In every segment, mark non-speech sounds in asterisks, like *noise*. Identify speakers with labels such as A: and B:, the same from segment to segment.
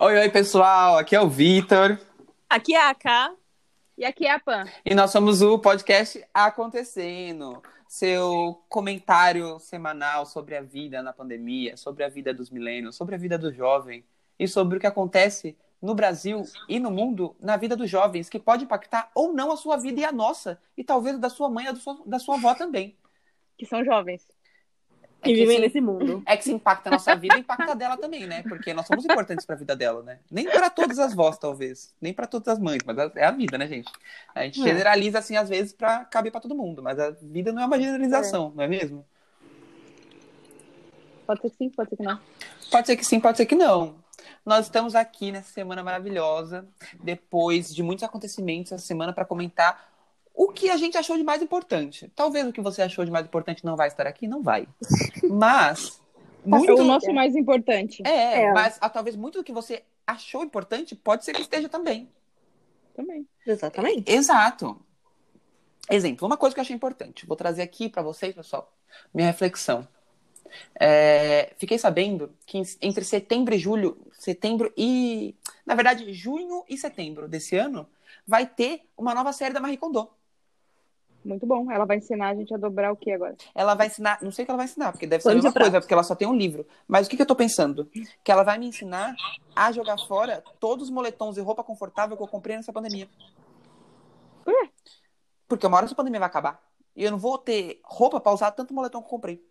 A: Oi, oi, pessoal. Aqui é o Vitor.
B: Aqui é a K.
C: E aqui é a Pan.
A: E nós somos o podcast Acontecendo. Seu comentário semanal sobre a vida na pandemia, sobre a vida dos milênios, sobre a vida do jovem e sobre o que acontece no Brasil e no mundo na vida dos jovens, que pode impactar ou não a sua vida e a nossa, e talvez da sua mãe e da sua, da sua avó também.
C: Que são jovens.
A: É
B: e
A: que,
B: vivem
A: se,
B: nesse mundo.
A: é que se impacta a nossa vida, impacta a dela também, né? Porque nós somos importantes para a vida dela, né? Nem para todas as vós, talvez. Nem para todas as mães, mas é a vida, né, gente? A gente
B: É.
A: generaliza, assim, às vezes, para caber para todo mundo, mas a vida não é uma generalização, não é mesmo?
C: *laughs* Pode ser que sim, pode ser que não.
A: Pode ser que sim, pode ser que não. Nós estamos aqui nessa semana maravilhosa, depois de muitos acontecimentos essa semana, para comentar o que a gente achou de mais importante. Talvez o que você achou de mais importante não vai estar aqui, não vai. Mas. Muito...
C: É O nosso mais importante.
A: É,
B: É.
A: mas ah, talvez muito do que você achou importante pode ser que esteja também.
C: Também.
B: Exatamente.
A: Exato. Exemplo, uma coisa que eu achei importante, vou trazer aqui para vocês, pessoal, minha reflexão. É, fiquei sabendo que em- entre setembro e julho, setembro e, na verdade, junho e setembro desse ano, vai ter uma nova série da Marie Kondo.
C: Muito bom. Ela vai ensinar a gente a dobrar o que agora?
A: Ela vai ensinar, não sei o que ela vai ensinar, porque deve ser a
B: Pano de
A: mesma
B: prato.
A: coisa, porque ela só tem um livro. Mas o que, que eu tô pensando? Que ela vai me ensinar a jogar fora todos os moletons e roupa confortável que eu comprei nessa pandemia.
C: Por quê?
A: Porque uma hora essa pandemia vai acabar. E eu não vou ter roupa pra usar tanto moletom que eu comprei.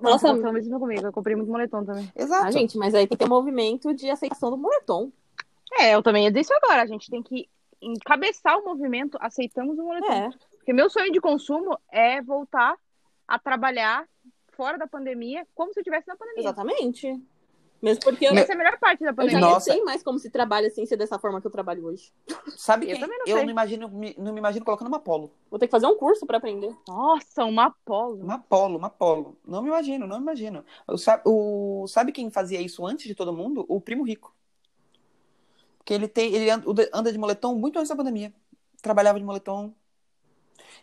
B: Nossa,
C: aconteceu mesmo comigo. Eu comprei muito moletom também.
A: Exato.
B: ah, gente, mas aí tem que ter um movimento de aceitação do moletom.
C: É, eu também ia dizer isso agora. A gente tem que encabeçar o movimento. Aceitamos o moletom.
B: É.
C: Porque meu sonho de consumo é voltar a trabalhar fora da pandemia, como se eu estivesse na pandemia.
B: Exatamente. Mesmo porque eu,
C: Essa é a melhor parte da
B: eu já
C: pandemia.
A: Nossa.
B: não sei mais como se trabalha a ciência dessa forma que eu trabalho hoje.
A: Sabe
C: eu
A: quem?
C: também não
A: eu
C: sei.
A: não imagino, me- não me imagino colocando uma polo.
B: Vou ter que fazer um curso pra aprender.
C: Nossa, uma polo.
A: Uma polo, uma polo. Não me imagino, não me imagino. O, sa- o- sabe quem fazia isso antes de todo mundo? O primo rico. Porque ele tem, ele an- anda, de moletom muito antes da pandemia. Trabalhava de moletom.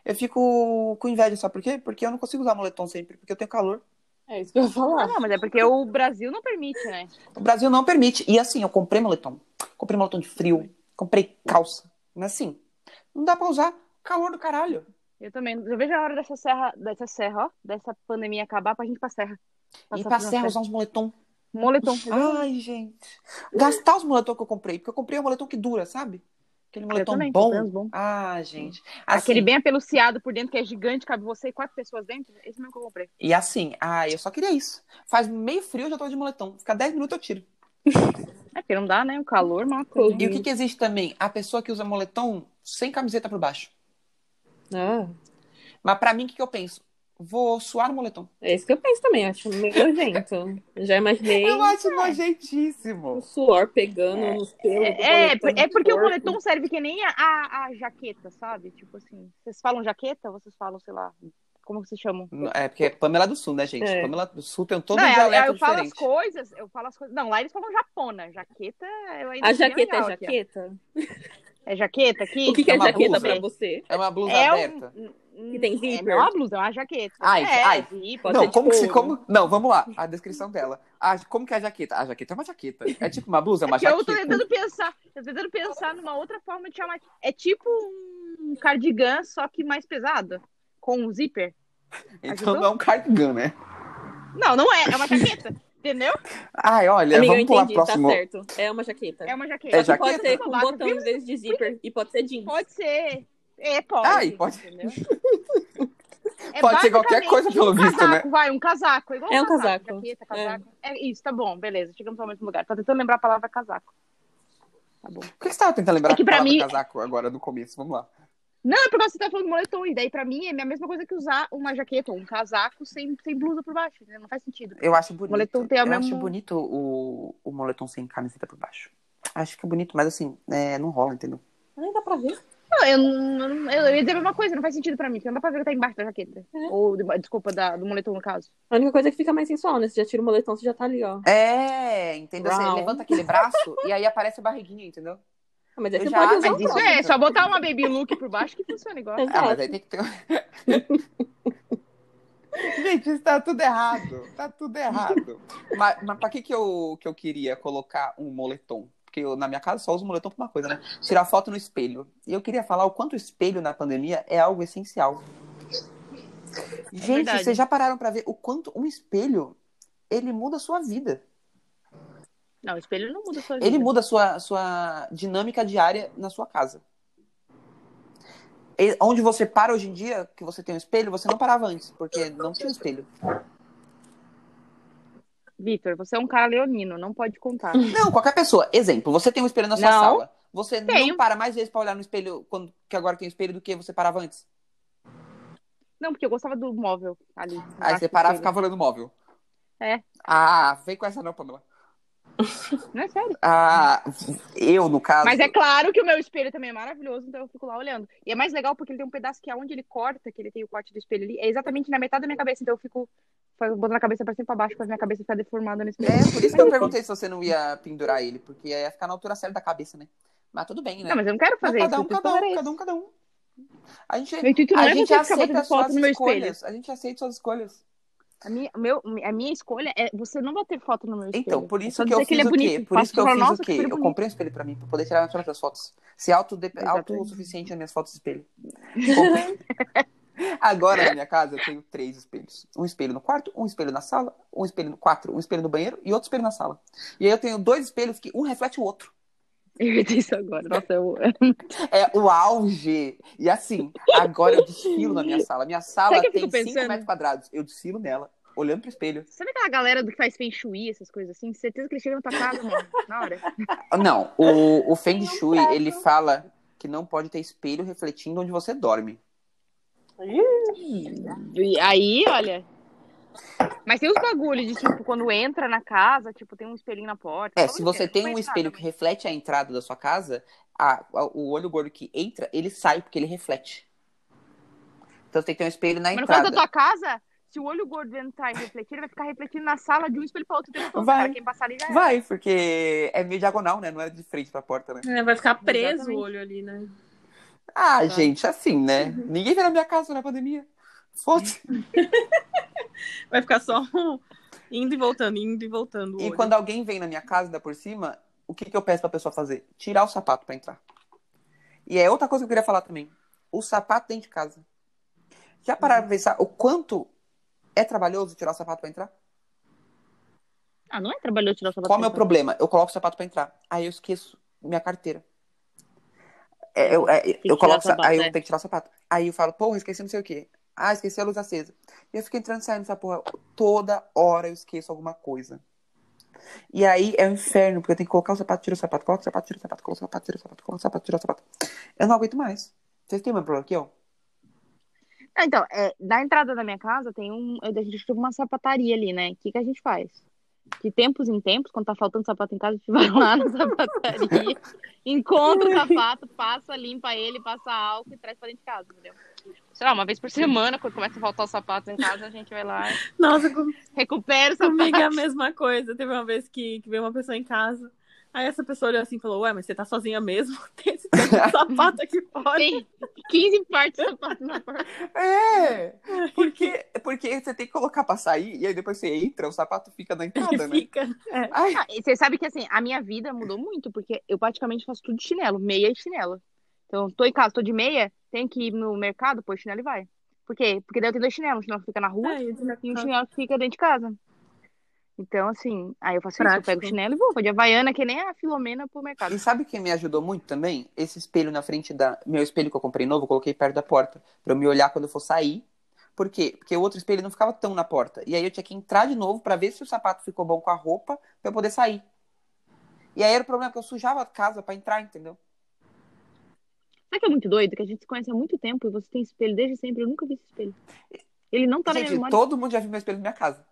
A: Eu fico com inveja, sabe por quê? Porque eu não consigo usar moletom sempre, porque eu tenho calor.
B: É isso que eu ia
C: Ah,
B: falar.
C: não, mas é porque o Brasil não permite, né?
A: O Brasil não permite. E assim, eu comprei moletom. Comprei moletom de frio, comprei calça. Mas assim, não dá pra usar calor do caralho.
C: Eu também. Eu vejo a hora dessa serra, dessa serra, ó, dessa pandemia acabar pra gente ir pra serra.
A: E pra
C: Passar por uma
A: serra usar uns moletom.
C: Moletom. Uhum.
A: Ai, gente. Gastar os moletom que eu comprei, porque eu comprei um moletom que dura, sabe? Aquele
C: Eu
A: moletom
C: também,
A: bom.
C: trans bom.
A: Ah, gente.
C: Aquele
A: Assim,
C: bem apeluciado por dentro, que é gigante, cabe você e quatro pessoas dentro. Esse mesmo que eu comprei.
A: E assim, ah, eu só queria isso. Faz meio frio, eu já tô de moletom. Fica 10 minutos, eu tiro.
C: É porque não dá, né? O calor mata.
B: Uhum.
A: E o que, que existe também? A pessoa que usa moletom sem camiseta por baixo.
B: Ah,
A: Mas pra mim, o que, que eu penso? Vou suar no moletom.
B: é isso que eu penso também, acho meio nojento. Já imaginei
A: Eu acho nojentíssimo.
B: o suor pegando nos pelos. do
C: É,
B: moletom
C: é
B: do
C: porque o
B: corpo.
C: moletom serve que nem a, a, a jaqueta, sabe? Tipo assim, vocês falam jaqueta? Vocês falam, sei lá, como que se chamam?
A: É, porque é Pamela do Sul, né, gente?
B: É.
A: Pamela do Sul tem todo
C: não, é
A: um
C: eu-
A: dialeto
C: eu, falo as
A: diferente.
C: coisas, eu falo as coisas. Não, lá eles falam japona. Jaqueta, eu ainda
B: A
C: achei
B: jaqueta é
C: legal aqui, ó.
B: jaqueta?
C: É jaqueta aqui?
B: O que, que é
A: É uma
B: jaqueta
A: blusa.
B: pra você?
A: É uma blusa
C: É
A: aberta.
C: um...
B: Que tem
C: É,
B: zíper?
C: não é uma blusa, é uma jaqueta.
A: Ai,
C: é,
A: ai.
C: zíper.
B: Pode
A: Não,
B: ser tipo de
A: como que se.
B: couro.
A: Como... Não, vamos lá. A descrição dela. A- como que é a jaqueta? A jaqueta é uma jaqueta. É tipo uma blusa, é
C: *laughs*
A: uma
C: Porque eu tô
A: jaqueta.
C: tentando pensar, eu tô tentando pensar numa outra forma de chamar. É tipo um cardigan, só que mais pesado, com um zíper.
A: Então
C: Ajudou?
A: não é um cardigan, né?
C: Não, não é, é uma jaqueta,
A: *laughs*
C: entendeu?
A: Ai, olha,
B: Amiga, eu
A: vamos pular
B: entendi,
A: pro
B: tá
A: próximo.
B: certo. É uma jaqueta.
C: É uma jaqueta.
A: É
B: Só que Pode
A: jaqueta?
B: ser com
C: Babaca,
B: botão em vez de zíper e pode ser jeans.
C: Pode ser. É, pode.
A: Ai, pode.
C: entendeu? É
A: Pode ser qualquer
C: basicamente
A: coisa, pelo
C: um
A: visto, né?
C: casaco, Vai, um casaco. igual
B: É um casaco.
C: Jaqueta, casaco. É. isso, tá bom, beleza. Chegamos ao mesmo lugar. Tô tentando lembrar a palavra casaco. Tá bom.
A: Por que você tava tentando lembrar
C: É que
A: a
C: pra
A: palavra
C: mim-
A: casaco agora no começo? Vamos lá.
C: Não, é porque você tá falando moletom, e daí pra mim é a mesma coisa que usar uma jaqueta ou um casaco sem, sem blusa por baixo, entendeu? Não faz sentido.
A: Eu acho bonito.
C: Moletom tem a
A: eu
C: mesma-
A: acho bonito o, o moletom sem camiseta por baixo. Acho que é bonito, mas assim, é, não rola, entendeu?
B: Nem dá pra ver.
C: Não, eu, não- eu, eu ia dizer a mesma coisa, não faz sentido pra mim, porque não dá pra ver que tá embaixo da jaqueta.
B: É.
C: Ou, de- desculpa, da- do moletom, no caso.
B: A única coisa é que fica mais sensual, né? Você já tira o moletom, você já tá ali, ó.
A: É, entendeu? Você
B: Brown.
A: levanta aquele braço e aí aparece a barriguinha, entendeu?
B: Ah, Mas aí
A: Eu
B: você
A: já-
B: pode usar né?
A: mas é, ah, isso
B: o
C: Isso
B: próprio.
C: é, só botar uma baby look por baixo que funciona igual.
A: Ah,
B: Exato.
A: mas aí tem que ter. *laughs* Gente, está tudo errado. Tá tudo errado. mas mas para que, que, eu, que eu queria colocar um moletom? Porque eu, na minha casa só uso moletom pra uma coisa, né? Tirar foto no espelho. E eu queria falar o quanto o espelho na pandemia é algo essencial. Gente,
C: verdade.
A: vocês já pararam para ver o quanto um espelho ele muda a sua vida.
C: *laughs* Não, o espelho não muda a sua vida.
A: Ele muda a sua, sua dinâmica diária na sua casa. E onde você para hoje em dia, que você tem um espelho, você não parava antes, porque não tinha um espelho.
C: Vitor, você é um cara leonino, não pode contar.
A: Não, qualquer pessoa. Exemplo, você tem um espelho na sua
C: Não.
A: sala. Você não
C: Tenho.
A: para mais vezes pra olhar no espelho quando, que agora tem um espelho do que você parava antes.
C: Não, porque eu gostava do móvel ali.
A: Aí
C: embaixo
A: você
C: do
A: parava e
C: espelho.
A: ficava olhando o móvel.
C: É.
A: Ah, vem com essa não, Pamela.
C: Não é sério.
A: Ah, eu, no caso.
C: Mas é claro que o meu espelho também é maravilhoso, então eu fico lá olhando. E é mais legal porque ele tem um pedaço que é onde ele corta, que ele tem o corte do espelho ali, é exatamente na metade da minha cabeça, então eu fico fa- botando a cabeça pra cima e pra baixo, pra minha cabeça ficar deformada no espelho.
A: É, por
C: *laughs*
A: isso que eu perguntei se você não ia pendurar ele, porque ia ficar na altura certa da cabeça, né? Mas tudo bem, né?
C: Não, mas eu não quero
A: Não,
C: fazer
A: cada
C: isso.
A: um,
C: o
A: cada
C: pessoal
A: um,
C: era esse.
A: cada um, cada um. A gente,
C: Meu intuito não
A: a
C: é
A: gente
C: você ficar
A: aceita
C: botando
A: as
C: foto
A: suas
C: no meu espelho.
A: escolhas. A gente aceita suas escolhas.
C: A minha, o meu, a minha escolha é você não bater foto no meu espelho.
A: Então, por
C: É
A: isso
C: só
A: que eu
C: dizer
A: fiz
C: ele é
A: o quê?
C: bonito.
A: Por isso que eu
C: Fala,
A: fiz
C: "Nossa,
A: o quê?
C: espelho
A: Eu
C: bonito."
A: comprei um espelho pra mim, pra poder tirar as próprias fotos. Ser autode-
C: Exatamente.
A: autossuficiente nas minhas fotos de espelho. Comprei.
C: *laughs*
A: Agora, na minha casa, eu tenho três espelhos. Um espelho no quarto, um espelho na sala, um espelho no quatro, um espelho no banheiro e outro espelho na sala. E aí eu tenho dois espelhos que um reflete o outro.
C: *laughs* Eu ia dizer isso agora. Nossa,
A: *laughs*
C: eu...
A: É o auge. E assim, agora eu desfilo na minha sala. Minha sala
C: Sabe o que eu
A: tem
C: fico
A: 5
C: pensando?
A: metros quadrados. Eu desfilo nela, olhando pro espelho.
C: Sabe aquela galera do que faz feng shui, essas coisas assim? Certeza que eles chegam na tua casa, mano, na hora.
A: Ah, Não, o, o Feng
B: Tem um
A: Shui,
B: prato.
A: ele fala que não pode ter espelho refletindo onde você dorme.
C: E aí, olha. Mas tem os bagulhos de tipo, quando entra na casa, tipo, tem um espelhinho na porta.
A: É,
C: Fala
A: se
C: isso,
A: você
C: não
A: tem
C: vai
A: um
C: entrar,
A: espelho
C: né?
A: que reflete a entrada da sua casa, a- a- o olho gordo que entra, ele sai porque ele reflete. Então você tem que ter um espelho na
C: Mas no caso da
A: entrada.
C: tua casa, se o olho gordo entrar e refletir, ele vai ficar refletindo na sala de um espelho pra outro o tempo todo.
A: Vai.
C: Cara, quem passar ali já é. era.
A: Vai, porque é meio diagonal, né? Não é de frente pra porta, né?
B: É, vai ficar preso
C: Exatamente.
B: o olho ali, né?
A: Ah, gente, assim, né? Ninguém veio na minha casa na pandemia. Foda-se.
B: Vai ficar só *laughs* um- indo e voltando, indo e voltando. o
A: E
B: olho.
A: quando alguém vem na minha casa, dá por cima, o que, que eu peço pra pessoa fazer? Tirar o sapato pra entrar. E é outra coisa que eu queria falar também. O sapato dentro de casa. Já pararam pra pensar o quanto é trabalhoso tirar o sapato pra entrar?
C: Ah, não é trabalhoso tirar sua
A: Qual é o meu problema? Eu coloco o sapato pra entrar. Aí eu esqueço minha carteira. É, eu, é,
C: que
A: eu coloco,
C: tirar o
A: sa- aí eu
C: sapato, né?
A: tenho que tirar o sapato. Aí eu falo, porra, esqueci não sei o quê. Ah, esqueci a luz acesa. E eu fico entrando e saindo nessa porra. Toda hora eu esqueço alguma coisa. E aí é um inferno, porque eu tenho que colocar o sapato, tira o sapato, coloca o sapato, tira o sapato, coloca o sapato, tira o sapato, coloca o sapato, tira o sapato. Eu não aguento mais. Vocês têm meu problema aqui, ó?
C: Ah, Então, é, na entrada da minha casa tem um. A gente tem uma sapataria ali, né? O que, que a gente faz? De tempos em tempos, quando tá faltando sapato em casa, a gente *laughs* vai lá na *laughs* sapataria, encontra o sapato, passa, limpa ele, passa álcool e traz pra dentro de casa, entendeu? Sei lá, uma vez por semana, quando começa a faltar os sapatos em casa, a gente vai lá,
B: Nossa, com-
C: recupera o sapato.
B: comigo é a mesma coisa. Teve uma vez que, que veio uma pessoa em casa. Aí essa pessoa olhou assim e falou: Ué, mas você tá sozinha mesmo? *laughs* Tem esse tanto de sapato aqui fora.
C: Tem 15 partes de sapato na porta.
A: É! Porque, porque você tem que colocar pra sair, e aí depois você entra, o sapato fica na entrada, né?
B: Fica. É.
A: Ai,
C: Ah, e Você sabe que assim, a minha vida mudou muito, porque eu praticamente faço tudo de chinelo, meia e chinelo. Então, tô em casa, tô de meia, tenho que ir no mercado, pôr chinelo e vai. Por quê? Porque daí eu tenho dois chinelos, um chinelo que fica na rua
B: Ai, eu
C: e
B: tinha
C: um
B: ficado-
C: chinelo que fica dentro de casa. Então, assim, aí eu faço isso, eu
B: Prático.
C: pego o chinelo e vou, vou de Havaiana, que nem a Filomena pro mercado.
A: E sabe o que me ajudou muito também? Esse espelho na frente da. Meu espelho que eu comprei novo, eu coloquei perto da porta. Pra eu me olhar quando eu for sair. Por quê? Porque o outro espelho não ficava tão na porta. E aí eu tinha que entrar de novo pra ver se o sapato ficou bom com a roupa pra eu poder sair. E aí era o problema que eu sujava a casa pra entrar, entendeu?
C: Sabe que é muito doido? Que a gente se conhece há muito tempo e você tem espelho desde sempre, eu nunca vi esse espelho. Ele não tá na minha
A: Gente,
C: memória.
A: todo mundo já viu meu espelho na minha casa.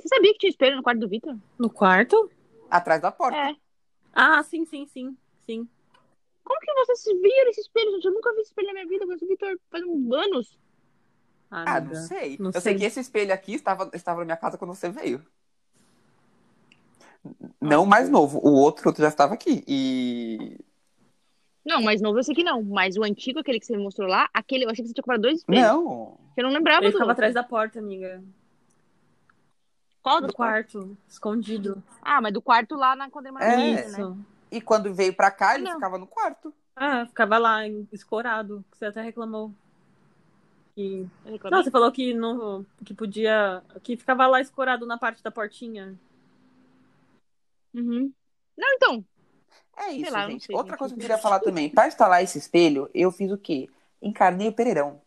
C: Você sabia que tinha espelho no quarto do Vitor?
B: No quarto?
A: Atrás da porta.
C: É.
B: Ah, sim, sim, sim. Sim.
C: Como que vocês viram esse espelho, gente? Eu nunca vi esse espelho na minha vida, eu conheço o Vitor faz uns anos.
A: Ah,
B: amiga.
A: não sei.
B: Não
A: eu sei.
B: sei.
A: que esse espelho aqui estava, estava na minha casa quando você veio. Não o mais novo. O outro, outro já estava aqui. E.
C: Não, mas novo eu sei que não. Mas o antigo, aquele que você me mostrou lá, aquele eu achei que você tinha comprado dois espelhos.
A: Não.
C: Eu não lembrava
B: Ele
C: do
B: ficava
C: outro.
B: atrás da porta, amiga.
C: Qual
B: Do
C: do
B: quarto, escondido.
C: Ah, mas do quarto lá na quando ele morava
A: É.
C: no Rio, né?
B: Isso.
A: E quando veio pra cá, ele
C: Não.
A: ficava no quarto.
B: Ah, ficava lá, escorado. Você até reclamou. E...
C: Eu reclamei.
B: Não, você falou que não. que podia. que ficava lá escorado na parte da portinha.
C: Uhum. Não, então.
A: É isso,
C: lá, eu não
A: gente.
C: sei,
A: Outra
C: gente.
A: coisa que eu queria falar também. Pra instalar esse espelho, eu fiz o quê? Encarnei o Pereirão.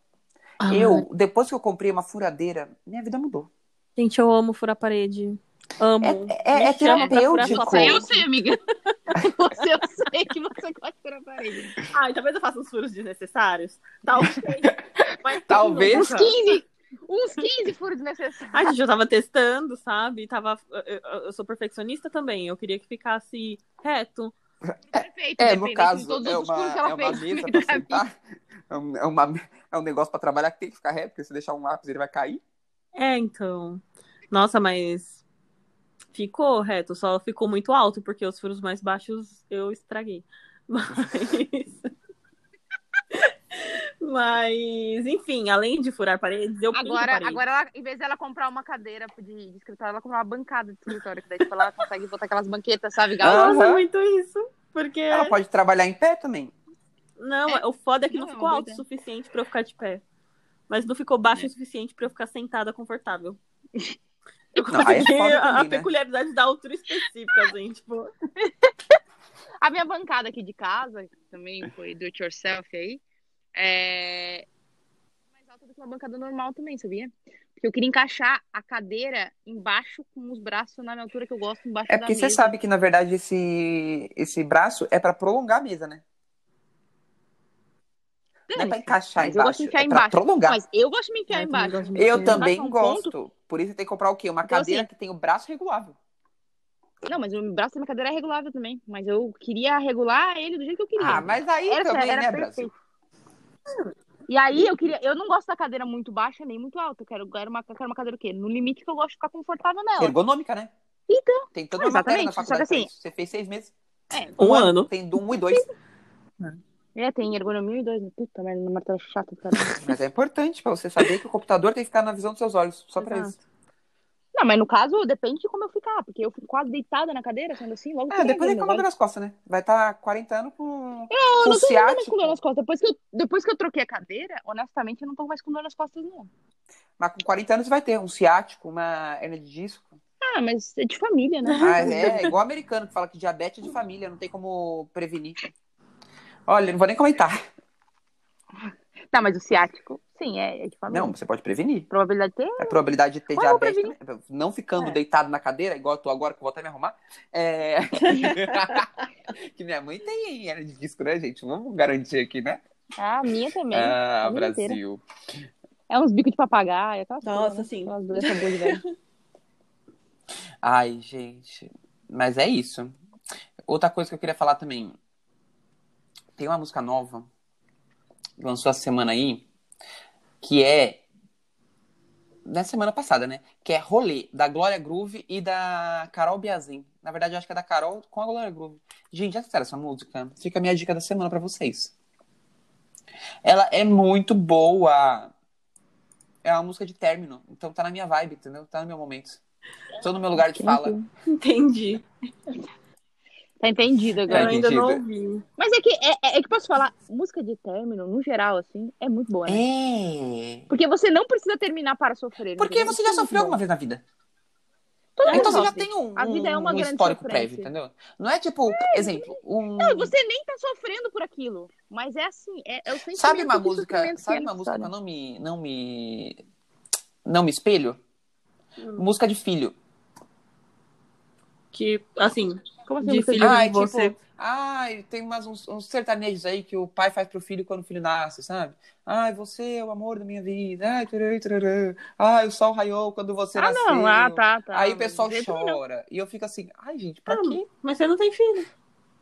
B: Ah.
A: Eu, depois que eu comprei uma furadeira, minha vida mudou.
B: Gente, eu amo furar parede. Amo.
A: É, é
B: Me chama pra
A: terapêutico.
B: furar sua
C: Só eu
B: parede.
C: sei, amiga. *laughs* Você, eu sei que você gosta de furar parede.
B: Ah, e talvez eu faça uns furos desnecessários.
A: *laughs*
B: Talvez. Mas
A: Talvez.
B: quem
C: Uns
B: nunca?
C: 15, uns 15 furos desnecessários.
B: A gente já tava testando, sabe? Tava, eu, eu- eu sou perfeccionista também. Eu queria que ficasse reto.
C: Perfeito,
A: É, no
C: independente de
A: caso,
C: todos
A: é
C: os furos
A: uma,
C: que ela
A: é uma
C: fez no
A: mesa
C: meio
A: pra
C: da vida.
A: sentar. É um, é uma- é um negócio pra trabalhar que tem que ficar reto, porque se deixar um lápis ele vai cair.
B: É, então. Nossa, mas ficou reto, só ficou muito alto, porque os furos mais baixos eu estraguei. *laughs* Mas. Mas, enfim, além de furar paredes, eu pinto
C: Agora,
B: parede.
C: agora ela, em vez dela comprar uma cadeira de, de escritório, ela comprar uma bancada de escritório, que daí tipo, ela consegue botar aquelas banquetas, sabe,
B: Eu
C: Gal?
A: Ah.
B: gosto
A: Aham.
B: muito isso. Porque.
C: É.
A: Ela pode trabalhar em pé também.
B: Não, o foda é que não,
C: Não, é uma
B: ficou
C: boa
B: alto
C: ideia.
B: o
C: É.
B: suficiente pra eu ficar de pé. Mas não ficou baixo o suficiente pra eu ficar sentada confortável. Eu
A: *laughs* Não, aí é
B: consegui
A: foda
B: a,
A: também, né?
B: peculiaridade da altura específica, assim, tipo.
C: A minha bancada aqui de casa, que também foi do it yourself aí, é mais alta do que uma bancada normal também, sabia? Porque eu queria encaixar a cadeira embaixo com os braços na minha altura que eu gosto, embaixo
A: É
C: da
A: porque você
C: mesa.
A: sabe que, na verdade, esse, esse braço é pra prolongar a mesa, né? Não é pra encaixar
C: Mas eu
A: embaixo.
C: gosto de enfiar
A: é pra
C: embaixo.
A: prolongar.
C: Mas eu gosto de me enfiar é embaixo.
A: É, Eu também
C: Embaixo é um
A: gosto. Por isso tem que comprar o quê? Uma
C: Então,
A: cadeira
C: assim-
A: que tem o braço regulável.
C: Não, mas o braço da minha cadeira é regulável também. Mas eu queria regular ele do jeito que eu queria.
A: Ah, mas aí
C: Era-
A: também,
C: era
A: né,
C: perfeito.
A: Brasil?
C: E aí eu queria. Eu não gosto da cadeira muito baixa nem muito alta. Eu quero, eu quero uma, eu quero uma cadeira o quê? No limite que eu gosto de ficar confortável nela.
A: Ergonômica, né?
C: Então,
A: Tem toda uma matéria
C: exatamente,
A: na
C: só que
A: faculdade. pra
C: assim-
A: isso. Você fez seis meses.
B: Um ano.
A: Tem do um e
C: *laughs*
A: dois.
C: É, tem ergonomia e dois. né? Puta merda, uma matéria chata do caralho.
A: Mas é importante pra você saber que o computador tem que ficar na visão dos seus olhos. Só pra isso.
B: Exato.
C: *laughs* Não, mas no caso, depende de como eu ficar, porque eu fico quase deitada na cadeira, sendo assim, logo
A: É,
C: que
A: depois
C: eu
A: ele
C: vejo,
A: coloca
C: né? É,
A: nas costas, né? Vai estar 40 anos com,
C: Eu
A: com
C: não tô mais
A: ciático,
C: com dor nas costas. Depois que, eu, depois que eu troquei a cadeira, honestamente, eu não tô mais com dor nas costas, não.
A: mas com 40 anos vai ter um ciático, uma hernia de disco.
C: Ah, mas é de família, né?
A: Ah, é igual americano que fala que diabetes é de família, não tem como prevenir. Olha, não vou nem comentar.
C: *laughs* Tá, mas o ciático, sim, é, é de família.
A: Não, você pode prevenir.
C: Probabilidade de ter.
A: A probabilidade de ter
C: Mas eu vou
A: diabetes, também, não ficando
B: É.
A: deitado na cadeira, igual eu tô agora, que eu vou até me arrumar. É... *laughs* que minha mãe tem hernia de disco, né, gente? Vamos garantir aqui, né?
C: Ah, a minha também.
A: Ah,
C: a vida
A: Brasil.
C: É uns bicos de papagaio, aquelas
B: Nossa,
C: coisas, né?
B: sim.
C: Aquelas doenças boas de
A: *laughs*
C: velho.
A: Ai, gente. Mas é isso. Outra coisa que eu queria falar também. Tem uma música nova que lançou essa semana aí, que é. Na semana passada, né? Que é Rolê, da Glória Groove e da Carol Biazin. Na verdade, eu acho que é da Carol com a Glória Groove. Gente, já escutaram essa música? Fica a minha dica da semana pra vocês. Ela é muito boa. É uma música de término. Então tá na minha vibe, entendeu? Tá no meu momento. Tô no meu lugar de fala.
B: *laughs* Entendi.
C: Tá entendido
B: Eu
C: agora.
A: É,
B: ainda não
A: entendi.
B: ouvi.
C: Mas é que, é, é- é que posso falar, música de término, no geral, assim, é muito boa, né?
A: É.
C: Porque você não precisa terminar para sofrer.
A: Porque
C: entendeu?
A: você já
C: Isso é muito
A: sofreu
C: bom.
A: alguma vez na vida.
C: Todo mundo
A: Então você já
C: sofre.
A: tem um,
C: A vida é uma
A: um
C: grande
A: histórico
C: sofrência.
A: prévio, entendeu? Não é tipo, exemplo, um.
C: Não, e você nem tá sofrendo por aquilo. Mas é assim, é, é o sentimento
A: Sabe uma
C: de
A: música,
C: sofrimento que
A: sabe
C: é
A: uma música que eu não
C: necessário.
A: me, não me, não me espelho?
B: Hum.
A: Música de filho.
B: Que, assim,
C: Como assim,
B: de
C: música de-
B: filho
A: Ai,
B: de
A: tipo,
B: você.
A: ai, tem umas, uns, uns sertanejos aí que o pai faz pro filho quando o filho nasce, sabe? Ai, você é o amor da minha vida. Ai, tururu, tururu. ai o sol raiou quando você
C: Ah,
A: nasceu.
C: não, ah, tá, tá.
A: Aí o
C: Mas
A: pessoal
C: de jeito nenhum.
A: chora. E eu fico assim, ai, gente, pra
B: Ah,
A: quê?
B: Mas você não tem filho.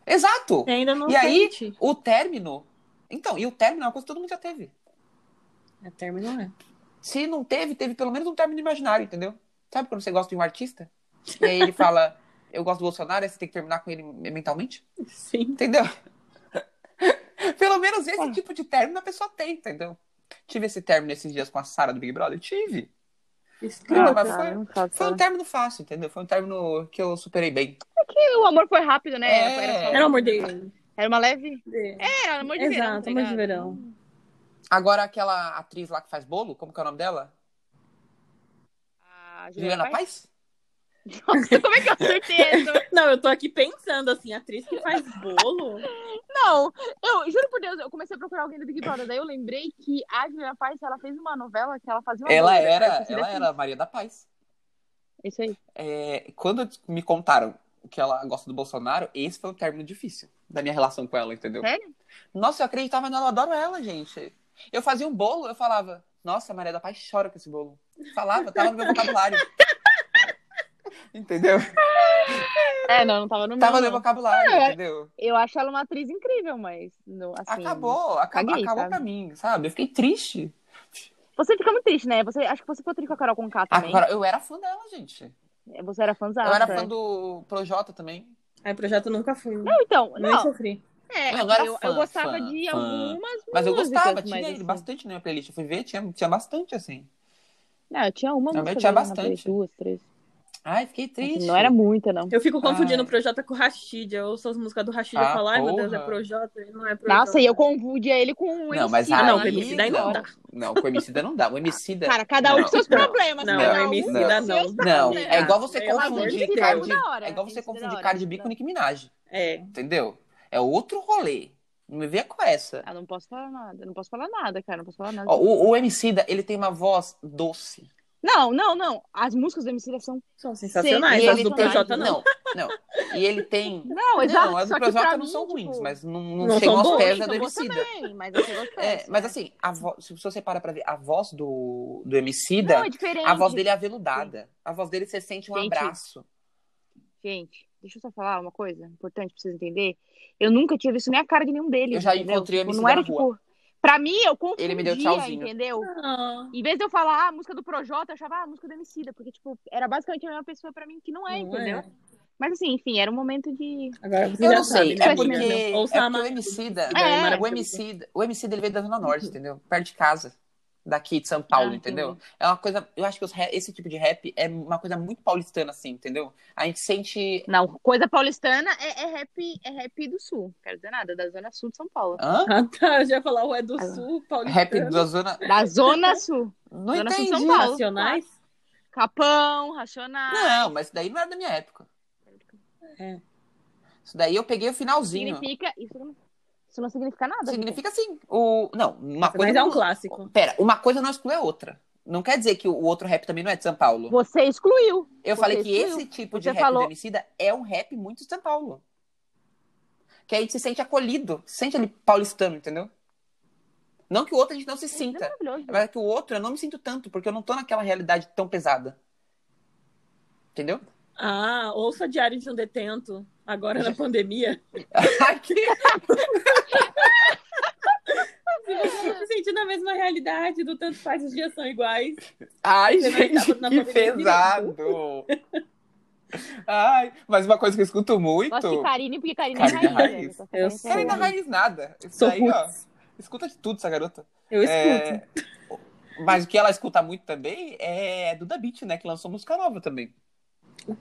A: Exato!
B: Você ainda não
A: E aí-
B: sente.
A: O término. Então, e o término é uma coisa que todo mundo já teve.
B: É término,
C: né?
B: é.
A: Se não teve, teve pelo menos um término imaginário, entendeu? Sabe quando você gosta de um artista? E aí ele fala, *laughs* eu gosto do Bolsonaro, aí você tem que terminar com ele mentalmente?
B: Sim.
A: *laughs* É. Entendeu? Pelo menos esse tipo de término a pessoa tem, entendeu? Tive esse término esses dias com a Sara do Big Brother? Tive.
B: Estraga.
A: Ah, mas foi-
C: não faço
A: Foi um
C: nada.
A: término fácil, entendeu? Foi um término que eu superei bem.
C: É que o amor foi rápido, né?
A: É.
C: Era, só-
B: Era o amor de.
C: era uma leve.
B: de-
C: É, era amor de verão.
B: Exato,
C: tá
B: amor de
C: ligado?
B: verão.
A: Agora aquela atriz lá que faz bolo, como que é o nome dela?
C: Ah,
A: Juliana Paz?
C: Nossa, como é que eu acertei isso?
A: *laughs*
B: Não, eu tô aqui pensando assim, atriz que faz bolo.
C: Não, eu juro por Deus, eu comecei a procurar alguém do Big Brother. Daí eu lembrei que a Juliana Paz, ela fez uma novela que ela fazia uma
A: Ela
C: loira,
A: era,
C: né? Assim,
A: ela
C: desse-
A: era a Maria da Paz.
C: Isso aí.
A: É, quando me contaram que ela gosta do Bolsonaro, esse foi um término difícil da minha relação com ela, entendeu?
C: Sério?
A: Nossa, eu acreditava nela, eu adoro ela, gente. Eu fazia um bolo, eu falava, nossa, a Maria da Paz chora com esse bolo. Falava, tava no meu
C: *laughs*
A: vocabulário. entendeu?
C: É, não, não tava no meu.
A: Tava no meu
C: não.
A: vocabulário,
C: É.
A: entendeu?
C: Eu acho ela uma atriz incrível, mas. não, assim,
A: acabou, acabou,
C: caguei,
A: acabou
C: sabe?
A: pra mim, sabe? Eu fiquei triste.
C: Você fica muito triste, né? Você, acho que você ficou triste com a Carol Conká também.
A: Agora, eu era fã dela, gente.
C: Você era né? fãzada.
A: eu era fã do Projota também.
B: Aí, projeto nunca fui. Não,
C: Não, então,
B: nem
C: não.
B: sofri.
C: É,
A: Não, eu era
C: eu,
A: fã,
C: eu gostava
A: fã,
C: de
A: fã.
C: algumas
A: Mas eu
C: músicas,
A: gostava,
C: mas,
A: tinha ele
C: assim,
A: bastante na minha playlist. Eu fui ver, tinha, tinha bastante, assim.
C: Não, eu tinha uma
A: Também
C: música
A: tinha
C: dele na
A: bastante.
C: playlist, duas, três. assim,
A: Ai, fiquei triste.
C: Não era muita, não.
B: Eu fico confundindo
A: Ai.
B: o Projota com o Rashid. Eu ouço as músicas do Rashid e
A: é. Ah,
B: falo, ai meu Deus,
A: porra.
B: é Projota e não é Projota.
C: Nossa, e eu confundia ele com um
A: Não, mas
B: Ah,
A: aí...
B: não, com o
A: MC
B: Emicida aí não dá.
A: Não, com o Emicida não dá. O Emicida...
C: Cara, cada um
A: Não,
C: com seus
A: não,
C: problemas.
B: Não, é
C: cada
A: não,
C: um
A: MC
C: com
A: dá,
C: seus
B: não.
A: Não,
C: problemas.
A: é igual você
B: Pelo amor
A: confundir
B: de
A: cara
B: Deus.
A: de...
C: Da hora,
A: É igual você
C: MC da
A: confundir
C: hora,
A: cara de
C: MC
A: bico
C: da
A: com Nicki Minaj,
B: É.
A: entendeu? É outro rolê. Não me venha com essa.
C: Ah, não posso falar nada. Não posso falar nada, cara. Não posso falar nada.
A: Ó, o, o Emicida, ele tem uma voz doce.
C: Não, não, não. As músicas do MC são.
B: São sensacionais.
C: Sim,
B: As
C: ele
B: é do
C: tem-
B: Projota não.
A: Não, não. E ele tem...
C: *laughs* Não,
A: não, as do Projota não
C: tipo,
A: são ruins, mas não, não,
B: não
A: chegam
B: são
A: aos
B: boas,
A: pés da
C: são
A: do
C: boas
A: Emicida.
C: também, mas eu gosto
A: É,
C: dessa,
A: mas
C: né?
A: assim, a vo- se você para pra ver, a voz do, do Emicida,
C: Não, é diferente.
A: a voz dele é aveludada. A voz dele você sente um
C: Gente.
A: abraço.
C: Gente, deixa eu só falar uma coisa importante pra vocês entenderem. Eu nunca tinha visto nem a cara de nenhum deles.
A: Eu já
C: entendeu?
A: encontrei o
C: Tipo,
A: MC
C: Não
A: na
C: era
A: rua.
C: tipo. Pra mim, eu confundia,
A: Ele me deu tchauzinho.
C: entendeu?
B: Não.
C: Em vez de eu falar ah, a música do Projota, eu achava ah, a música do Emicida, porque, tipo, era basicamente a mesma pessoa pra mim que não é,
B: Não
C: entendeu?
B: é.
C: Mas assim, enfim, era um momento de.
B: Agora você
A: Eu
B: já
A: não sei,
B: sabe, né,
A: é porque,
B: amiga?
A: é
B: Ouça
A: porque
B: a
A: o
B: Mari.
A: Emicida,
C: É, é,
A: o Emicida, o Emicida ele veio da Zona
C: Uhum.
A: Norte, entendeu? Perto de casa, daqui de São Paulo,
C: Ah,
A: entendeu? É uma coisa, eu acho que os ra- esse tipo de rap é uma coisa muito paulistana assim, entendeu? A gente sente,
C: Não, coisa paulistana é, é rap, é rap do sul. Não quero dizer nada, da Zona Sul de São Paulo.
A: hã?
B: *laughs* Ah, tá. Eu já ia falar, o é do
C: Ah,
B: Sul, Paulista.
A: Rap da zona,
C: Da Zona Sul.
A: não
C: Zona Sul de São
A: entendi.
C: Paulo.
B: Nacionais?
C: Capão, Racionais.
A: Não, mas isso daí não era da minha época.
B: É.
A: Isso daí eu peguei o finalzinho.
C: Significa. Isso não, isso não significa nada. gente.
A: Significa assim. O... Não, uma coisa.
B: Mas é um
A: não-
B: clássico.
A: Pera, uma coisa não exclui a outra. Não quer dizer que o outro rap também não é de São Paulo.
C: Você excluiu.
A: Eu
C: você
A: falei que
C: excluiu.
A: esse tipo de
C: Você
A: rap
C: falou-
A: do Emicida é um rap muito de São Paulo. Que aí a gente se sente acolhido, se sente ali paulistano, entendeu? Não que o outro a gente não se
C: É
A: sinta.
C: maravilhoso.
A: Mas que o outro eu não me sinto tanto, porque eu não tô naquela realidade tão pesada. Entendeu? *laughs*
B: Ah, ouça Diário de um Detento. Agora *laughs* na pandemia.
A: Ai, que-
B: Se você não se sentir na mesma realidade, do tanto faz os dias são iguais.
A: Ai,
B: Você não
A: gente,
B: estava na
A: que
B: pandemia.
A: pesado! Ai, mas uma coisa que eu escuto
C: Gosto de
A: muito.
C: Karine, porque Karine é
A: Karine
C: raiz.
A: raiz. é
C: né? Eu sou
B: Eu
C: raiz.
B: sou.
A: Karina Raiz nada. Isso
B: Sou
A: daí, ó.
B: roots.
A: Escuta de tudo essa garota.
B: Eu escuto.
A: É, Mas o que ela escuta muito também é Duda Beat, né? Que lançou música nova também.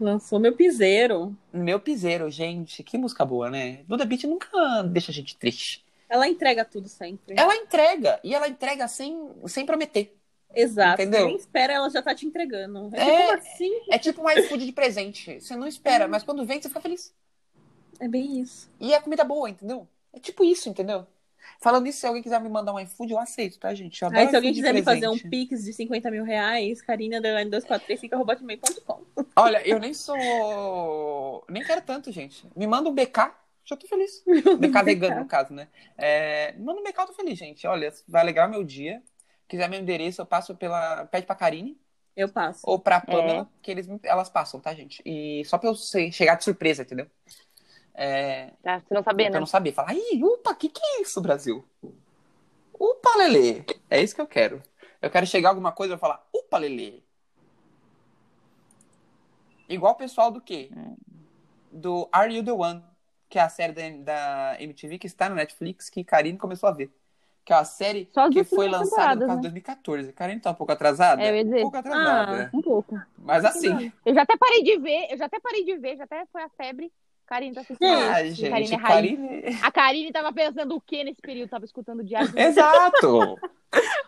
B: Lançou meu piseiro.
A: Meu piseiro, gente, que música boa, né? Duda Beat nunca deixa a gente triste.
B: Ela entrega tudo sempre.
A: Ela entrega, e ela entrega sem, sem prometer.
B: Exato.
A: Entendeu?
B: Nem espera, ela já tá te entregando. É,
A: É.
B: tipo, como assim?
A: É tipo um iFood de presente. Você não espera, mas quando vem, você fica feliz.
B: É bem isso.
A: E é comida boa, entendeu? É tipo isso, entendeu? Falando isso, se alguém quiser me mandar um iFood, eu aceito, tá, gente? Eu adoro
B: Aí, se alguém
A: iFood
B: quiser me
A: presente.
B: fazer um pix de 50 mil reais, carina2435.com.
A: Olha, eu nem sou. Nem quero tanto, gente. Me manda um BK, já tô feliz. BK vegano, no caso, né? É, Me manda um BK, eu tô feliz, gente. Olha, vai alegrar meu dia. Quiser meu endereço, eu passo pela. Pede pra Karine
B: Eu passo.
A: ou pra Pamela, que eles... me- elas passam, tá, gente? E só pra eu sei- chegar de surpresa, entendeu? É,
C: Tá, você não sabia,
A: Pra
C: né?
A: não saber. Falar, ih, upa, que que é isso, Brasil? Upa, Lelê. É isso que eu quero. Eu quero chegar alguma coisa e eu falar, upa, Lelê. Igual o pessoal do quê?
C: É.
A: Do Are You The One, que é a série da, da MTV que está na Netflix, que Karine começou a ver. que é uma série
C: Só as
A: que
C: duas
A: foi
C: primeiras
A: lançada no
C: temporadas,
A: caso
C: né?
A: de 2014. Karen tá um pouco atrasada?
C: É, eu ia dizer.
A: Um pouco atrasada.
C: Um pouco.
A: Mas *laughs* assim,
C: Eu já até parei de ver, eu já até parei de ver, já até foi a febre. Karine tá assistindo.
A: ah,
C: Karine é
A: gente,
C: raiz.
A: Karine...
C: A Karine tava pensando o que nesse período? Tava escutando o diário.
A: É.
C: de-
A: Exato!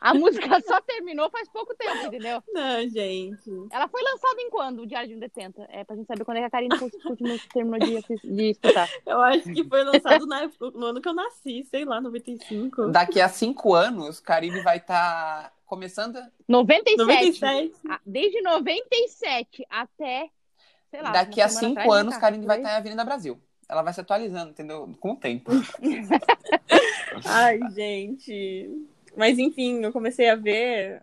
C: A música só terminou faz pouco tempo, entendeu?
B: Não, gente.
C: Ela foi lançada em quando, o Diário de um Detenta? É pra gente saber quando é que a Karine cult- cult- terminou de, assis- de escutar.
B: Eu acho que foi lançado na- no ano que eu nasci, sei lá, 95.
A: Daqui a cinco anos, Karine vai estar começando...
C: 97.
B: 97.
C: Ah, Desde 97 até, sei lá.
A: Daqui
C: uma
A: a
C: semana
A: cinco
C: atrás,
A: anos,
C: tá?
A: Karine vai estar em Avenida Brasil. Ela vai se atualizando, entendeu? Com o tempo.
B: Ai, gente. Mas enfim, eu comecei a ver.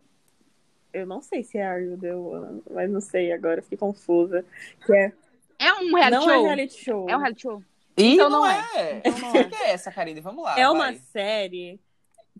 B: Eu não sei se é Are You The One, mas não sei agora, fiquei confusa. Que é...
C: É um reality
B: não é
C: show.
B: reality show.
C: É um reality show.
A: E
C: Então
A: não,
C: não
A: é.
C: Então não
A: O
C: é.
A: que é essa, Karine? Vamos lá.
B: É uma
A: vai.
B: série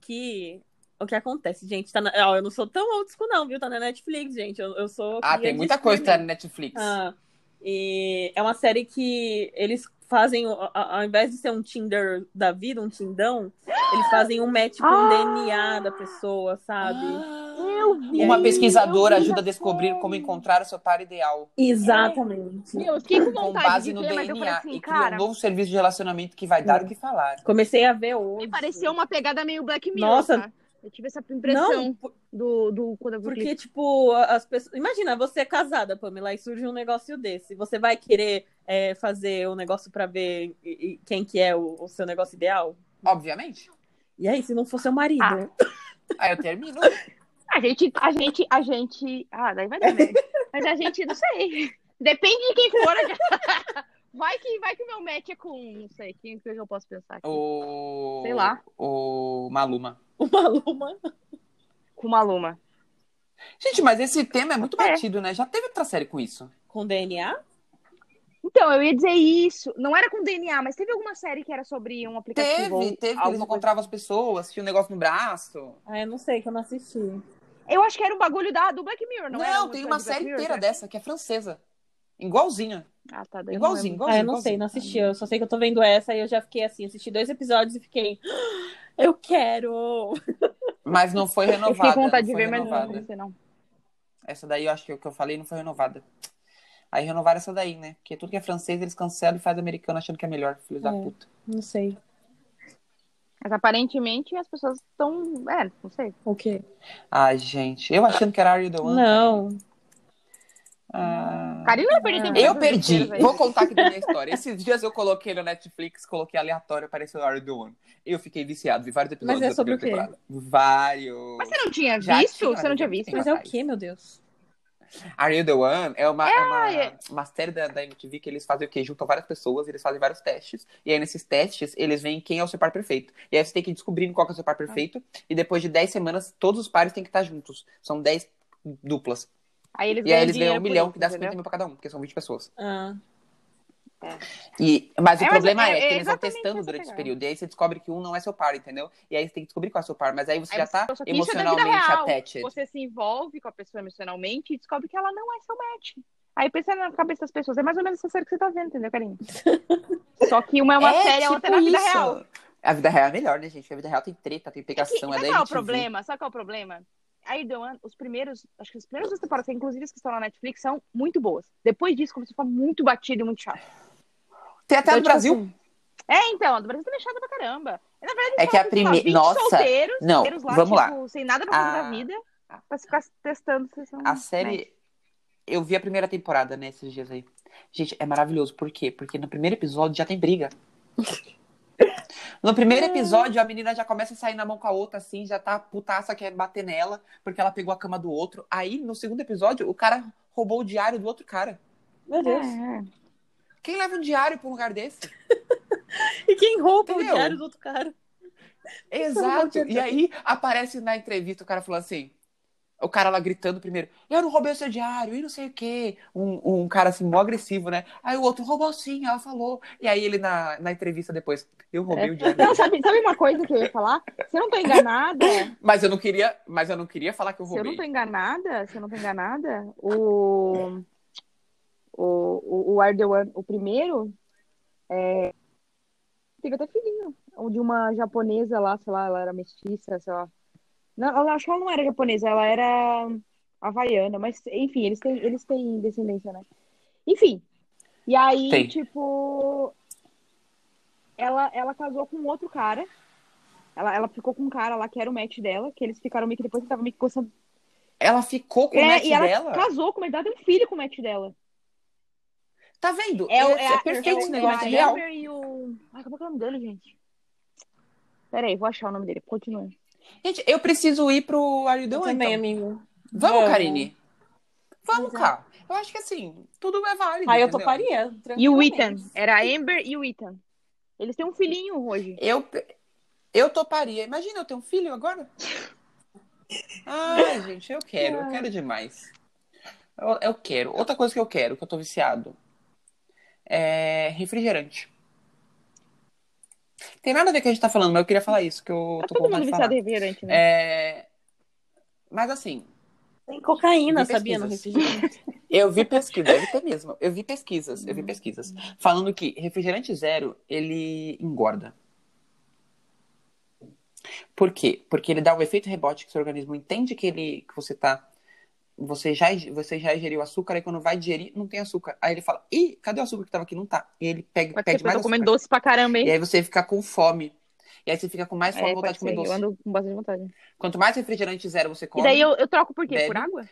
B: que. O que acontece, gente? Tá na... Ó, eu não sou tão old school, não, viu? Tá na Netflix, gente. Eu, eu sou.
A: Ah,
B: cria
A: tem
B: de
A: muita coisa que tá
B: streaming.
A: na Netflix.
B: Ah, e é uma série que eles fazem, a- a- ao invés de ser um Tinder da vida, um Tindão, eles fazem um match com
C: Ah!
B: o DNA da pessoa, sabe? vi.
A: Ah. Uma
B: E aí,
A: pesquisadora
C: eu vi
A: ajuda a
C: a
A: descobrir
C: série.
A: como encontrar o seu par ideal.
C: é.
B: Exatamente.
C: Meu, eu fiquei com
A: Com
C: vontade
A: base
C: de
A: no
C: ver, mas eu falei
A: DNA
C: assim,
A: e cria um
C: cara,
A: novo serviço de relacionamento que vai dar
B: Sim.
A: o que falar.
B: Comecei a ver hoje.
C: me pareceu um uma pegada meio Black Mirror,
B: Nossa.
C: tá? Eu tive essa impressão
B: Não, por-
C: do, do quando eu vi o clipe.
B: porque, tipo, as pessoas. Imagina, você é casada, Pamela, e surge um negócio desse. Você vai querer é, fazer um negócio pra ver e- e quem que é o, o seu negócio ideal?
A: Obviamente.
B: E aí, se não for seu marido?
C: Ah.
A: Aí eu
C: *laughs*
A: termino.
C: A gente, a gente, a gente. Ah, daí vai dar merda. Mas a gente, não sei. Depende de quem for. já. *laughs* Vai que, vai que o meu match é com. Não sei, quem que eu posso pensar?
A: Oh.
C: aqui?
A: O...
C: Sei lá.
A: O Maluma.
B: Uma luma.
C: Com uma luma.
A: Gente, mas esse tema é muito
C: É.
A: batido, né? Já teve outra série com isso.
B: Com DNA?
C: Então, eu ia dizer isso. Não era com DNA, mas teve alguma série que era sobre um aplicativo.
A: Teve,
C: ou
A: teve, que eles
C: alguma coisa.
A: encontravam as pessoas, tinha um negócio no braço.
B: Ah, eu não sei, que eu não assisti.
C: Eu acho que era um bagulho da, do Black Mirror, não,
A: Não,
C: era? um
A: tem
C: episódio
A: uma
C: de Black
A: série
C: Mirror,
A: inteira
C: né?
A: dessa, que é francesa. Igualzinha.
C: Ah, tá. daí eu não
A: Igualzinho,
C: lembro.
A: igualzinho.
B: Ah, eu não sei,
A: igualzinho.
B: não assisti. Eu só sei que eu tô vendo essa e eu já fiquei assim, assisti dois episódios e fiquei. "Ah, Eu quero!
A: Mas não foi
C: *laughs* Eu fiquei
A: renovada.
C: com vontade de
A: não foi
C: ver, mas não
A: renovada.
C: comecei, não.
A: Essa daí eu acho que o que eu falei não foi renovada. Aí renovaram essa daí, né? Porque tudo que é francês eles cancelam e fazem americano achando que é melhor, filho da
B: É.
A: puta.
B: Não sei.
C: Mas aparentemente as pessoas estão. É, não sei.
B: O quê?
A: Ai, gente. Eu achando que era Are You The One.
B: Não.
A: Ah.
C: Karina vai perder tempo.
A: Eu
C: com essas
A: perdi.
C: besteiras aí.
A: Vou contar aqui da minha história. Esses dias eu coloquei no Netflix, coloquei aleatório, apareceu Are You The One. Eu fiquei viciado, vi vários episódios
B: Mas é
A: da
B: sobre
A: primeira
B: o
A: temporada. Vários.
C: Mas é- você não tinha
A: Já
C: visto?
A: tinha,
C: você não tinha
A: já tinha.
C: visto?
B: Mas é o quê, meu Deus?
A: Are You The One é uma, é uma,
C: é.
A: uma série da, da MTV que eles fazem o quê? Juntam várias pessoas, eles fazem vários testes. E aí, nesses testes, eles veem quem é o seu par perfeito. E aí, você tem que descobrir qual que é o seu par
C: Ah.
A: perfeito. E depois de 10 semanas, todos os pares têm que estar juntos. São 10 duplas.
C: Aí eles
A: E aí,
C: ganham
A: eles ganham um
C: dinheiro por
A: milhão,
C: isso,
A: que dá 50
C: entendeu?
A: mil pra cada um, porque são 20 pessoas.
B: Ah.
A: E, mas o
C: É, mas
A: problema
C: é-
A: é,
C: é
A: que eles vão
C: exatamente
A: testando
C: essa
A: durante esse
C: pegada.
A: período. E aí, você descobre que um não é seu par, entendeu? E aí, você tem que descobrir qual é o seu par. Mas aí, você
C: Aí
A: já
C: você
A: tá
C: pensa que isso é da vida
A: emocionalmente
C: real.
A: attached.
C: Você se envolve com a pessoa emocionalmente e descobre que ela não é seu match. Aí pensa na cabeça das pessoas. É mais ou menos essa série que você tá vendo,
A: *laughs*
C: entendeu, Karine? Só que uma é uma série, a outra é na vida
A: tipo isso.
C: real.
A: A vida real é melhor, né, gente? Porque A vida real tem treta, tem
C: É que,
A: pegação, é
C: sabe
A: da
C: qual é o
A: MTV.
C: problema? Sabe qual é o problema? Aí deu os primeiros, acho que os primeiros duas temporadas, inclusive as que estão na Netflix, são muito boas. Depois disso, começou a ficar muito batido e muito chato.
A: Tem até
C: Então,
A: no
C: tipo
A: Brasil.
C: assim, é, então, a do Brasil também é chata pra caramba. Na verdade,
A: É
C: eles
A: que a
C: falam, sei lá,
A: primeira.
C: 20
A: Nossa,
C: solteiros,
A: não,
C: solteiros lá,
A: vamos lá.
C: tipo, sem nada pra fazer
A: A-
C: da vida, pra ficar testando se são...
A: A série. Eu vi a primeira temporada, né, esses dias aí. Gente, é maravilhoso. Por quê? Porque no primeiro episódio já tem briga. No primeiro episódio, a menina já começa a sair na mão com a outra, assim, já tá putaça, quer bater nela, porque ela pegou a cama do outro. Aí, no segundo episódio, o cara roubou o diário do outro cara.
B: Meu Deus.
C: É.
A: Quem leva um diário pra um lugar desse?
B: E quem rouba
A: Entendeu?
B: o diário do outro cara?
A: Exato. E aí aparece na entrevista o cara falando assim. O cara lá gritando primeiro, eu não roubei o seu diário, e não sei o quê. Um, um cara assim, mó agressivo, né? Aí o outro roubou sim, ela falou. E aí ele na, na entrevista depois, eu roubei o diário.
C: Não, sabe, sabe uma coisa que eu ia falar? Se eu não tô enganada,
A: Mas eu não queria, mas eu não queria falar que eu
C: se eu
A: roubei.
C: não tô enganada, se eu não tô enganada, o... O, o, o Ardewan, o primeiro, é, fica até filhinho. Ou de uma japonesa lá, sei lá, ela era mestiça, sei lá. Não, ela, acho que ela não era japonesa, ela era havaiana, mas enfim, eles têm, eles têm descendência, né? Enfim. E aí,
A: Tem.
C: tipo. Ela, ela casou com outro cara. Ela, ela ficou com um cara lá que era o match dela, que eles ficaram meio que depois tava meio que gostando.
A: Ela ficou com o
C: É,
A: match
C: e ela
A: dela?
C: casou com o match dela, tem um filho com o match dela.
A: Tá vendo?
C: É, o-
A: é,
C: é a-
A: perfeito
C: é o-
A: esse negócio,
C: é
A: é
C: a
A: real.
C: Amber e o... Ai, como é que é o nome dele, gente? Peraí, vou achar o nome dele. Continua.
A: Gente, eu preciso ir pro Are You
B: Eu
A: Doing,
B: também,
A: então.
B: amigo.
A: Vamos,
B: Vamos.
A: Karine. Vamos,
B: Exato.
A: cá. Eu acho que assim, tudo é válido.
B: Aí eu
A: entendeu?
B: toparia.
C: E o
B: tranquilamente.
C: Ethan. Era a Amber e o Ethan. Eles têm um filhinho hoje.
A: Eu, eu toparia. Imagina eu ter um filho agora. Ai, gente, eu quero, eu quero demais. Eu, eu quero. Outra coisa que eu quero, que eu tô viciado, é refrigerante. Tem nada a ver com o que a gente tá falando, mas eu queria falar isso, que eu
C: Tá
A: tô
C: todo
A: com vontade de
C: mundo viciado
A: falar.
C: em refrigerante, né?
A: É... Mas assim,
B: Tem cocaína,
A: De
B: sabia? No
A: pesquisas.
B: refrigerante.
A: *laughs* Eu vi pesquisa, deve ter mesmo. Eu vi pesquisas, eu vi
C: Hum.
A: pesquisas. Falando que refrigerante zero, ele engorda. Por quê? Porque ele dá um efeito rebote que seu organismo entende que ele que você tá. Você já, você já ingeriu açúcar, aí quando vai digerir, não tem açúcar. Aí ele fala, ih, cadê o açúcar que tava aqui? Não tá. E ele pega,
C: Pode ser
A: pede
C: porque tipo, eu
A: mais É,
C: tô comendo
A: açúcar.
C: doce pra caramba,
A: E
C: hein?
A: aí você fica com fome. E aí você fica com mais fome
C: É,
A: e vontade
C: pode
A: de comer
C: ser.
A: tá
C: Eu
A: doce.
C: ando com bastante vontade.
A: Quanto mais refrigerante zero você
C: E
A: come.
C: daí eu, eu troco por quê?
A: bebe.
C: Por água?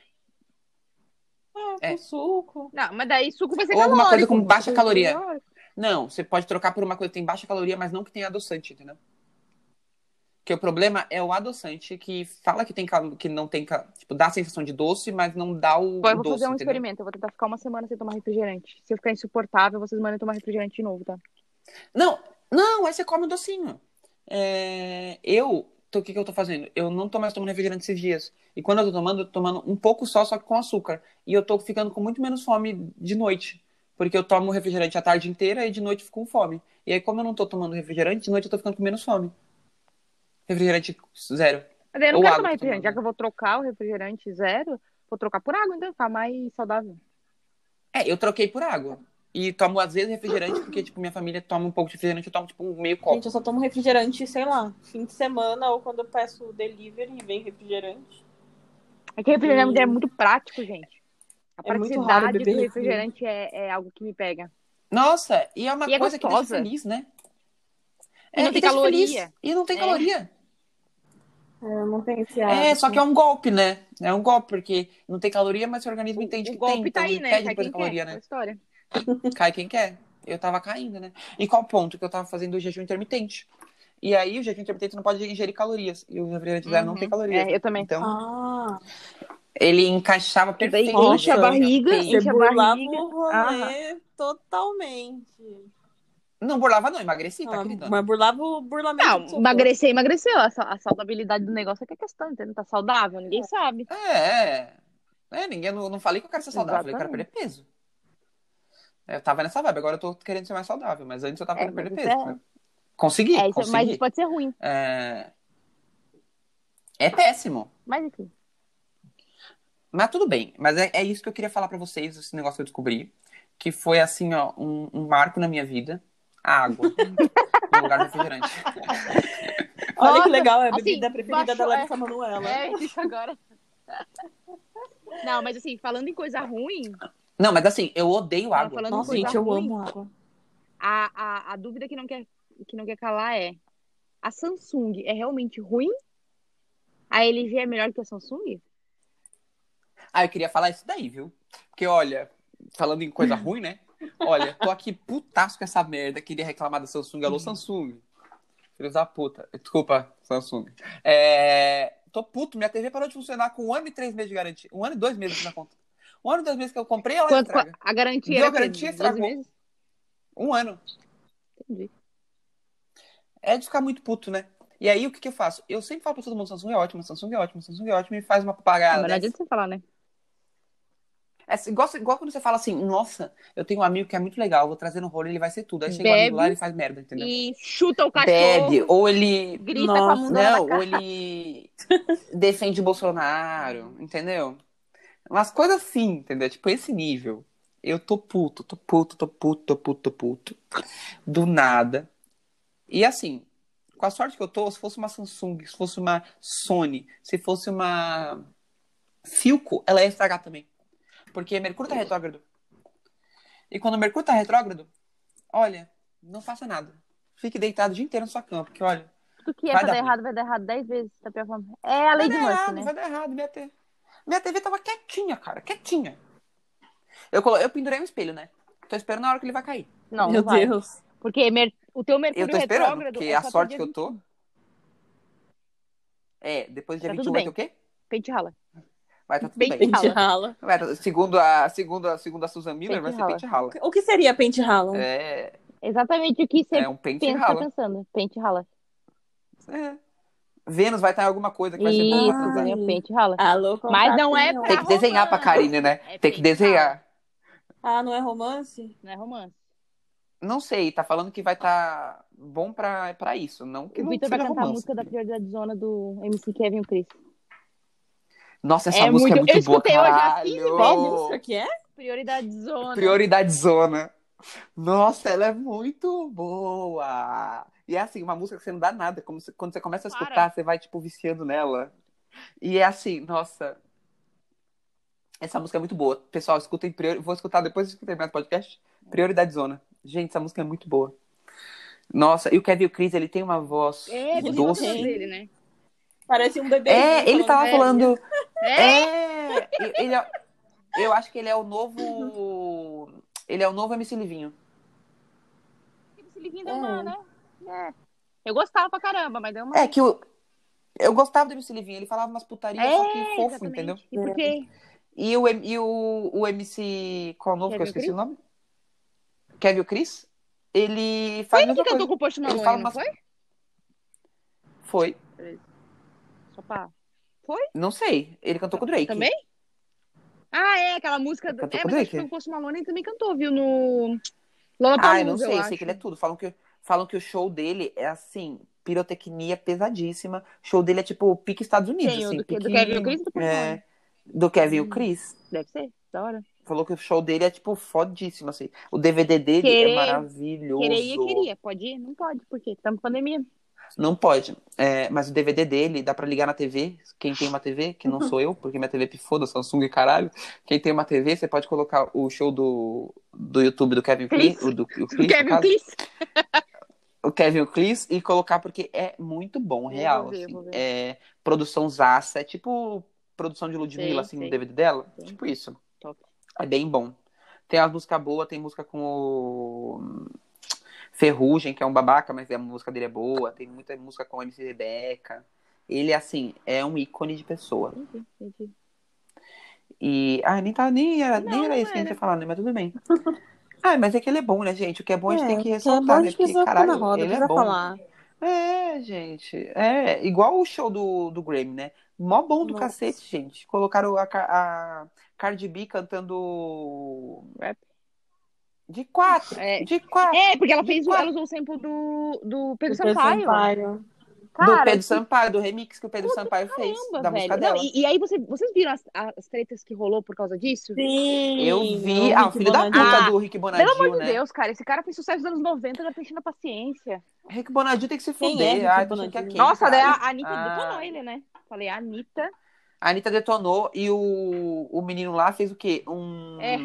B: É, com suco.
C: Não, mas daí suco vai ser
A: Ou alguma
C: calórico.
A: coisa com baixa
C: Suco
A: caloria.
C: calórico.
A: Não, você pode trocar por uma coisa que tem baixa caloria, mas não que tem adoçante, entendeu? Porque o problema é o adoçante que fala que tem cal- que não tem, ca- tipo, dá a sensação de doce, mas não dá o,
C: Bom, eu
A: o
C: vou
A: doce,
C: fazer um
A: entendeu?
C: experimento. Eu vou tentar ficar uma semana sem tomar refrigerante. Se eu ficar insuportável, vocês mandam eu tomar refrigerante de novo, tá?
A: Não, não, aí você come o docinho. É, eu, tô- o que que eu tô fazendo? Eu não tô mais tomando refrigerante esses dias. E quando eu tô tomando, eu tô tomando um pouco só, só que com açúcar. E eu tô ficando com muito menos fome de noite. Porque eu tomo refrigerante a tarde inteira e de noite eu fico com fome. E aí, como eu não tô tomando refrigerante, de noite eu tô ficando com menos fome. Refrigerante zero.
C: Mas daí eu não
A: Ou
C: quero
A: água
C: tomar refrigerante.
A: também.
C: Já que eu vou trocar o refrigerante zero, vou trocar por água, então ficar mais saudável.
A: É, eu troquei por água. E tomo, às vezes, refrigerante, porque, tipo, minha família toma um pouco de refrigerante, eu tomo, tipo, meio copo.
B: Gente, eu só tomo refrigerante, sei lá, fim de semana ou quando eu peço delivery e vem refrigerante.
C: É que refrigerante
A: Hum.
C: é muito prático, gente. A
B: É muito
C: praticidade
B: raro beber
C: do refrigerante é, é algo que me pega.
A: Nossa, e é uma
C: E é
A: coisa que
C: gostosa.
A: deixa feliz, né? É,
C: E não tem
A: deixa
C: caloria.
A: feliz. E não tem
C: É.
A: caloria.
B: É, não tem esse
A: É, só que é um golpe, né? É um golpe, porque não tem caloria, mas seu organismo entende
C: o
A: que
C: golpe
A: tem.
C: tá
A: então
C: aí,
A: ele
C: né?
A: Pede
C: Cai
A: depois
C: quem
A: a caloria,
C: quer, é a
A: né?
C: história.
A: Cai quem quer. Eu tava caindo, né? E qual o ponto? Que eu tava fazendo o jejum intermitente. E aí, o jejum intermitente não pode ingerir calorias. E o refrigerante zero não
C: Uhum.
A: tem caloria.
C: É, eu também.
A: Então,
B: Ah,
A: ele encaixava
C: E daí
A: perfeito.
C: enche a
A: né?
C: barriga,
A: Perfeito.
B: você
C: enche a
B: burlava
C: barriga.
B: o rolê totalmente.
A: Não burlava, não. Emagreci, tá
B: Ah,
A: acreditando?
B: mas burlava o burlamento. do
C: Não,
B: seu
C: emagrecer, emagreceu. A, sa- a saudabilidade do negócio é que é questão, entendeu? Tá saudável, ninguém sabe.
A: É, é. É, ninguém, eu não, não falei que eu quero ser saudável, eu falei que eu quero perder peso. Eu tava nessa vibe, agora eu tô querendo ser mais saudável, mas antes eu tava
C: É,
A: querendo perder
C: mas
A: peso.
C: isso
A: né? Consegui,
C: É, isso,
A: consegui.
C: mas isso pode ser ruim.
A: É... é péssimo,
C: Mas enfim.
A: mas tudo bem. Mas é, é isso que eu queria falar pra vocês, esse negócio que eu descobri, que foi assim, ó, um, um marco na minha vida, a
C: *laughs*
A: água, no lugar do refrigerante.
B: corpo. Olha que
C: Nossa,
B: legal, é a
C: assim,
B: bebida preferida
C: baixou-
B: da Larissa
C: é.
B: Manoela.
C: É, isso agora. *laughs* Não, mas assim, falando em coisa ruim,
A: Não, mas assim, eu odeio
C: Ah,
A: água.
C: falando
B: Nossa,
C: coisa
B: gente, eu
C: ruim.
B: amo água.
C: a, a, a dúvida que não, quer, que não quer calar é: a Samsung é realmente ruim? A LG é melhor que a Samsung?
A: Ah, eu queria falar isso daí, viu? Porque, olha, falando em
C: *laughs*
A: coisa ruim, né? Olha, tô aqui putaço com essa merda. Queria reclamar da Samsung. Alô, Samsung. Filhos da puta. Desculpa, Samsung. É... Tô puto. Minha TV parou de funcionar com um ano e três meses de garantia. Um ano e dois meses na conta. Um ano e dois meses que eu comprei, ela
C: Quanto,
A: entrega.
C: a garantia
A: Deu
C: era o quê?
A: garantia,
C: 12
A: estragou.
C: meses?
A: Um ano.
C: Entendi.
A: É de ficar muito puto, né? E aí, o que que eu faço? Eu sempre falo pra todo mundo, Samsung é ótimo, Samsung é ótimo, Samsung é ótimo, e faz uma
C: Ah,
A: papagada.
C: mas não
A: dessa.
C: adianta você falar, né?
A: É assim, igual, igual quando você fala assim, nossa, eu tenho um amigo que é muito legal, vou trazer no rolo, ele vai ser tudo. Aí chega o amigo
C: Bebe.
A: lá, ele faz merda, entendeu?
C: E chuta o cachorro,
A: Bebe, ou ele.
C: grita com a
B: Nossa,
C: mundana
A: Não,
C: na cara.
A: né, ou ele defende Bolsonaro, entendeu? Umas coisas assim, entendeu? Tipo, esse nível. Eu tô puto, tô puto, tô puto, tô puto, tô puto. Do nada. E assim, com a sorte que eu tô, se fosse uma Samsung, se fosse uma Sony, se fosse uma Filco, ela ia estragar também. Porque Mercúrio tá retrógrado. E quando Mercúrio tá retrógrado, olha, não faça nada. Fique deitado o dia inteiro na sua cama, porque olha,
C: Tudo que é
A: Vai dar
C: pra dar
A: ruim.
C: errado, vai dar errado dez vezes. Tá perguntando. É a lei de
A: vai dar
C: Murphy,
A: errado,
C: né?
A: Vai dar errado, minha TV. Minha TV tava quietinha, cara, quietinha. Eu, colo... eu pendurei no espelho, né? Tô esperando a hora que ele vai cair.
C: Não,
B: Meu
C: não vai.
B: Deus.
C: Porque mer- o teu Mercúrio
A: Eu tô esperando,
C: retrógrado
A: porque
C: é
A: a
C: só até
A: sorte
C: dia
A: que eu tô. É, depois do dia
C: Tá
A: 21
C: tudo
A: vai ter o
C: bem.
A: quê?
C: 20. Pente rala.
A: Vai tá tudo
C: Bem-
A: bem.
B: Pente
C: Rala.
B: rala.
A: Vai tá- Segundo a, segundo a, segundo a Susan Miller,
C: Pente
A: vai ser
C: rala.
A: pente rala.
B: O que seria pente rala?
A: É,
C: Exatamente o que você
A: é um pente
C: pensa
A: rala.
C: pensando. Pente rala.
A: É. Vênus vai estar em alguma coisa que vai ser
C: Isso,
A: muito
B: bom.
A: né?
C: ganha pente rala.
B: Alô,
C: Mas não é
B: contatinho.
A: Tem que desenhar pra Karine, né?
C: É
A: Tem que
C: pente
A: desenhar.
B: Ah, não é romance?
C: Não é romance.
A: Não sei, tá falando que vai estar bom pra, pra isso. Não que
C: o
A: não
C: Vitor
A: seja
C: vai cantar a
A: romance.
C: música da prioridade zona do MC Kevin Chris.
A: Nossa, essa
C: É
A: música
C: muito-
A: é
C: eu
A: muito boa,
C: escutei hoje assim,
A: caralho.
B: Qual música que é?
C: Prioridade zona.
A: Prioridade Zona. Nossa, ela é muito boa. E é assim, uma música que você não dá nada. Como se- quando você começa a
C: Para.
A: escutar, você vai, tipo, viciando nela. E é assim, nossa. Essa música é muito boa. Pessoal, escutem. priori- Vou escutar depois que terminar o podcast. Prioridade Zona. Gente, essa música é muito boa. Nossa, e o Kevin Chris, ele tem uma voz
C: É, porque eu
A: doce.
C: gosto dele, né?
B: Parece um bebê.
A: É, ele tava
C: velho.
A: falando.
C: É,
A: É! E- Ele é- eu acho que ele é o novo. Ele é o novo MC Livinho.
C: esse livrinho deu uma, né? É. Eu gostava pra caramba, mas deu uma.
A: É que eu, eu gostava do MC Livinho, ele falava umas putarias,
C: É,
A: só que fofo,
C: exatamente.
A: entendeu?
C: E por quê?
A: E o, M- e o, o MC. Qual é o novo que eu
C: Kevin
A: esqueci o nome? Kevin Chris? Ele faz a
C: Ele
A: mesma
C: que cantou
A: coisa.
C: com o Post Malone,
A: Ele fala
C: não
A: umas-
C: foi?
A: Foi.
C: Só pra...
A: Não sei. Ele cantou com o Drake.
C: Também? Ah, é, aquela música... Do...
A: Cantou
C: É,
A: com
C: mas acho
A: Drake?
C: que o Post Malone ele também cantou, viu? No... Lollapalooza,
A: Ah, eu não sei,
C: eu
A: sei que ele é
C: acho.
A: tudo. Falam que, falam que o show dele é assim, pirotecnia pesadíssima. O show dele é tipo pique Estados Unidos,
C: Tem o
A: assim.
C: do que- do
A: pique-
C: Kevin e o Chris ou do Post
A: é,
C: Malone?
A: do Kevin e o Chris.
C: Deve ser, da hora.
A: Falou que o show dele é tipo fodíssimo, assim. O DVD dele
C: Querer-
A: é maravilhoso.
C: Querer ir, queria. Pode ir? Não pode, porque estamos em pandemia.
A: Não pode. É, mas o DVD dele dá pra ligar na TV. Quem tem uma TV, que não sou eu, porque minha TV pifou da Samsung, caralho. Quem tem uma TV, você pode colocar o show do, do YouTube do Kevin Chris,
C: Chris.
A: o do, o Chris, no
C: Kevin
A: caso.
C: Chris?
A: o Kevin e o Chris e colocar porque é muito bom, real.
C: vou ver,
A: assim.
C: vou ver.
A: É, produção Zaça, é tipo produção de Ludmilla,
C: Sei,
A: assim, no
C: sei.
A: DVD dela.
C: Sei.
A: Tipo isso.
C: Top.
A: É bem bom. Tem as músicas boas, tem música com o Ferrugem, que é um babaca, mas a música dele é boa. Tem muita música com a MC Rebeca. Ele, assim, é um ícone de pessoa.
C: Entendi, entendi.
A: E. Ah, nem, tá, nem era,
C: Não,
A: nem era
C: não
A: isso que a gente
C: era.
A: ia falar, né? Mas tudo bem. *laughs* ah, mas é que ele é bom, né, gente? O que é bom a gente
B: É,
A: tem que
C: um
B: porque
A: ressaltar,
B: é
A: né?
B: bom
A: Porque,
B: de caralho,
A: caralho,
B: na roda,
A: ele é
B: precisa
A: bom.
B: falar.
A: É, gente. É igual o show do, do Grammy, né? Mó bom do
B: Nossa.
A: cacete, gente. Colocaram a, Ca- a Cardi B cantando.
C: Rap.
A: De quatro.
C: É.
A: De quatro.
C: É, porque ela fez o,
A: Qual?
C: ela usou o sample do, do Pedro
B: Do
C: Sampaio.
B: Sampaio.
A: do
C: é, Cara,
A: Pedro Sampaio, do remix que o Pedro Sampaio fez.
C: caramba,
A: da
C: velho.
A: música dela.
C: Não, e, e aí você- vocês viram as, as tretas que rolou por causa disso?
B: Sim. é um
A: Eu vi.
B: o
A: Ah, o
B: Rick
A: filho da
B: Bonadil.
A: puta
C: Ah,
A: do Rick Bonadil,
C: Pelo amor de
A: né?
C: Deus, cara, esse cara fez sucesso nos anos 90, agora tá enchendo a paciência.
A: Rick Bonadil tem que se
B: Quem é
A: fuder.
B: Rick
A: ah, tô achando
B: Bonadil?
A: que é quem,
C: Nossa, né? daí
A: cara?
C: a a Anitta
A: Ah.
C: detonou ele, né? Falei, a Anitta.
A: A Anitta detonou e o, o menino lá fez o quê? Um.
C: É.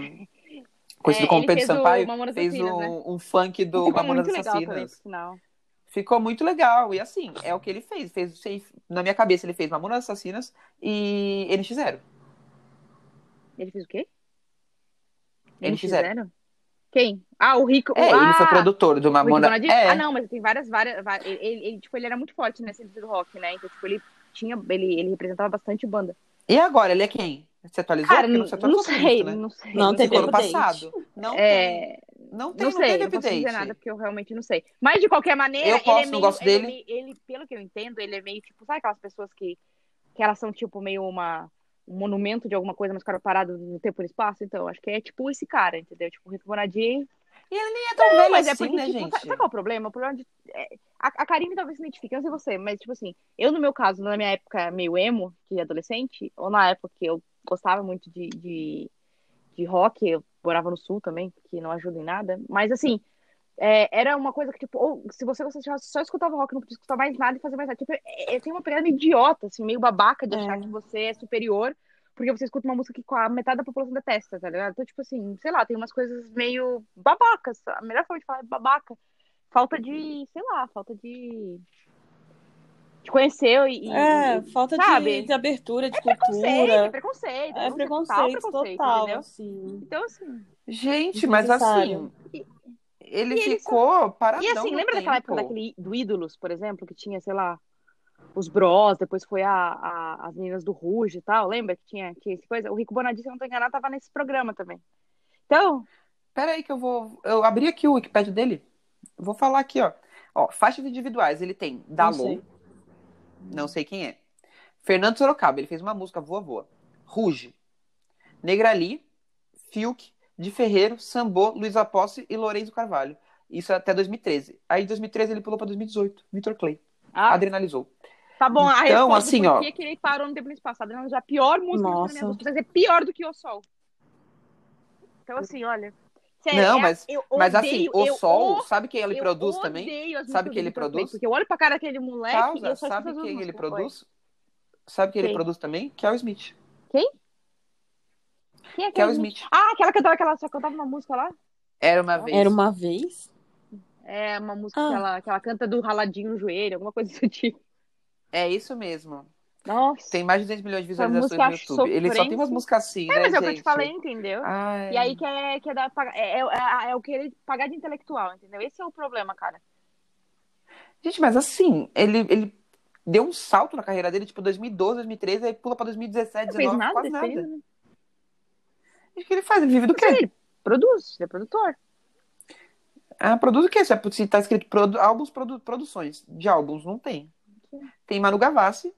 A: Conhecido
C: É,
A: como Pedro
C: ele fez o
A: Sampaio.
C: Mamonas
A: fez
C: Assassinas,
A: um,
C: né?
A: um funk do
C: Ficou
A: Mamonas
C: muito legal também
A: Assassinas.
C: esse final.
A: Ficou muito legal. E assim, é o que ele fez. fez sei- na minha cabeça, ele fez Mamonas Assassinas e NX Zero.
C: Ele fez o quê?
A: Eles fizeram.
C: Quem? Ah, o Rico.
A: É,
C: ah,
A: ele foi produtor do
C: o Rico
A: Mamonas.
C: Bonadil?
A: É,
C: Ah, não, mas tem várias, várias. vai- Ele, ele- ele, tipo, ele era muito forte nesse do rock, né? Então, tipo, ele tinha. Ele, ele representava bastante banda.
A: E agora, ele é quem? Se atualizou?
C: Cara,
A: Porque
C: não,
A: se
C: não
A: atualizou
C: sei,
A: muito, né?
C: não sei.
B: Não
A: Ficou
B: teve
A: ano
B: update.
A: passado. Não, tem,
C: É,
A: não tem,
C: não
A: não
C: sei,
A: teve
C: não posso dizer
A: update.
C: nada porque eu realmente não sei. Mas de qualquer maneira,
A: Eu posso,
C: ele é
A: não
C: meio,
A: gosto
C: ele é
A: dele.
C: meio- ele, pelo que eu entendo, ele é meio tipo, sabe aquelas pessoas que, que elas são tipo meio uma um monumento de alguma coisa, mas ficaram parados no tempo e no espaço, então acho que é tipo esse cara, entendeu? Tipo, o Rico Bonadinho.
A: É tão
C: Não,
A: velho
C: mas é
A: assim,
C: porque,
A: né,
C: tipo,
A: gente?
C: sabe sabe qual é o problema? O problema de, é, a, a Karine talvez se identifique, eu não sei você, mas, tipo assim, eu no meu caso, na minha época meio emo, de adolescente, ou na época que eu gostava muito de, de, de rock, eu morava no sul também, que não ajuda em nada, mas assim, É, era uma coisa que, tipo, ou, se você gostasse de rock, você só escutava rock, não podia escutar mais nada e fazer mais nada. Tipo, é, é- tem uma pegada idiota, assim, meio babaca de
B: É.
C: achar que você é superior porque você escuta uma música que a metade da população detesta, tá ligado? Então, tipo assim, sei lá, tem umas coisas meio babacas. A melhor forma de falar é babaca. Falta de, sei lá, falta de. de conhecer e. e-
B: É, falta de-
C: Sabe? É,
B: de, abertura, de
C: Preconceito,
B: cultura.
C: preconceito.
B: É
C: um total,
B: preconceito
C: preconceito,
B: total,
C: entendeu?
B: assim.
C: Então, assim.
A: Gente, mas assim.
B: Desnecessário.
A: Ele
C: E ele
A: ficou paradão.
C: E assim,
A: no
C: lembra daquela época
A: Tá tempo.
C: daquele, do Ídolos, por exemplo, que tinha, sei lá, os Bros, depois foi a, a- as meninas do Ruge e tal, lembra que tinha, tinha essa coisa? O Rico Bonadinho, se eu não tô enganado, tava nesse programa também. Então,
A: Pera aí que eu vou. Eu abri aqui o Wikipedia dele. Vou falar aqui, ó. Ó, faixas individuais. Ele tem
B: Não
A: Dalon,
B: sei.
A: Não sei quem é. Fernando Sorocaba, ele fez uma música Voa Voa. Ruge. Negrali, Fiuk, De Ferreiro, Sambô, Luiz Aposse e Lourenço Carvalho. Isso é até 2013. Aí em 2013 ele pulou pra 2018. Vitor Clay.
C: ah,
A: Adrenalizou.
C: tá bom, a
A: então,
C: resposta
A: assim,
C: do
A: ó.
C: porquê que ele parou no tempo no espaço. Adriano já a pior música
B: Nossa.
C: do Adriano, é pior do que O Sol. Então, assim, olha. sério,
A: Não,
C: é-
A: mas-
C: eu
A: Mas assim,
C: odeio,
A: O
C: eu
A: Sol,
C: odeio
A: sabe quem ele
C: Eu
A: produz
C: odeio
A: também?
C: as
A: Sabe quem
C: músicas do
A: ele
C: Vitor Clay,
A: produz?
C: Porque eu olho pra cara daquele moleque e
A: Causa,
C: eu só
A: sabe
C: escuto as
A: quem ele
C: músicas,
A: produz? Sabe quem ele
C: Quem?
A: produz também? Kel Smith.
C: ué. Quem é
A: Kel
C: aquela
A: Smith.
C: Ah, aquela cantava aquela só cantava uma música lá?
A: Era uma vez.
B: Era uma vez?
C: É uma música que,
B: Ah.
C: ela, que ela canta do raladinho no joelho, alguma coisa do tipo.
A: É isso mesmo.
C: Nossa.
A: Tem mais de 2 milhões de
C: Essa
A: visualizações
C: música
A: no YouTube. Ele só tem umas
C: sofrência.
A: músicas assim, né,
C: É, mas é o que eu
A: gente?
C: te falei, entendeu?
A: Ai.
C: E aí que é, que é, dar, pra- é, é, é- é o querer pagar de intelectual, entendeu? Esse é o problema, cara.
A: Gente, mas assim, ele, ele deu um salto na carreira dele, tipo 2012, 2013, aí pula pra 2017,
C: Não fez
A: 2019,
C: nada
A: quase
C: desse
A: nada.
C: período, né?
A: E O que ele faz? Ele vive do quê?
C: Ele produz, ele é produtor.
A: Ah, produz o quê? Se, é- se tá escrito produ, álbuns, produ- produções de álbuns, não tem. Tem Manu Gavassi,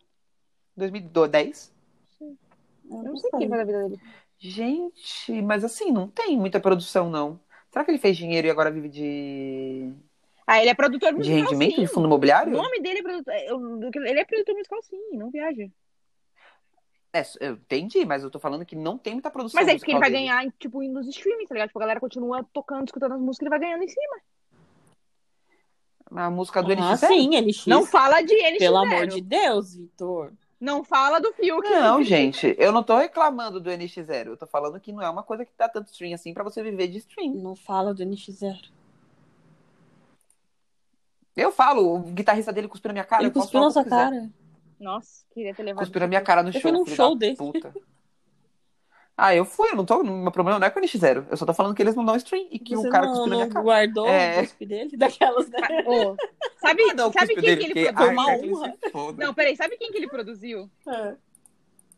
A: 2010.
C: Eu não sei o que ele faz da vida dele.
A: Gente, mas assim, não tem muita produção, não. Será que ele fez dinheiro e agora vive de,
C: Ah, ele é produtor
A: de
C: musical,
A: rendimento
C: sim.
A: de fundo
C: O
A: imobiliário?
C: nome dele é produtor. é, eu- Ele é produtor musical, sim, não viaja.
A: É, eu entendi, mas eu tô falando que não tem muita produção.
C: Mas é isso que ele
A: musical
C: vai
A: dele.
C: ganhar, tipo, nos streamings, tá ligado? Tipo, a galera continua tocando, escutando as músicas, ele vai ganhando em cima.
A: A música do
B: Ah,
A: NX é
B: sim, NX.
C: Não fala de ele,
B: Pelo amor de Deus, Vitor.
C: Não fala do Fiuk.
A: Não, gente, eu não tô reclamando do NX0. Eu tô falando que não é uma coisa que dá tanto stream assim pra você viver de stream.
B: Não fala do NX0.
A: Eu falo, o guitarrista dele cuspiu na minha cara.
B: Ele
A: eu posso
B: cuspiu na
A: falar o
B: sua
A: que eu quiser.
B: cara.
C: Nossa, queria ter levado.
A: Cuspiu na minha cara no
B: Eu fui
A: show.
B: num
A: filho
B: show
A: da
B: dele.
A: puta. Ah, eu fui, eu não tô. Meu problema não é com o NX0. Eu só tô falando que eles não dão stream e que
B: Você
A: o cara
B: não,
A: cuspiu na minha
B: não
A: cara.
B: guardou
A: É.
B: o cuspe dele? *laughs* Daquelas, né?
C: Ô, sabe
A: Ah, não, o
C: sabe
A: cuspe dele,
C: quem que
A: porque-
C: ele
A: Ai,
C: produziu?
B: Uma
A: cara, ele se foda. Ah.
C: Não, peraí, sabe quem que ele produziu?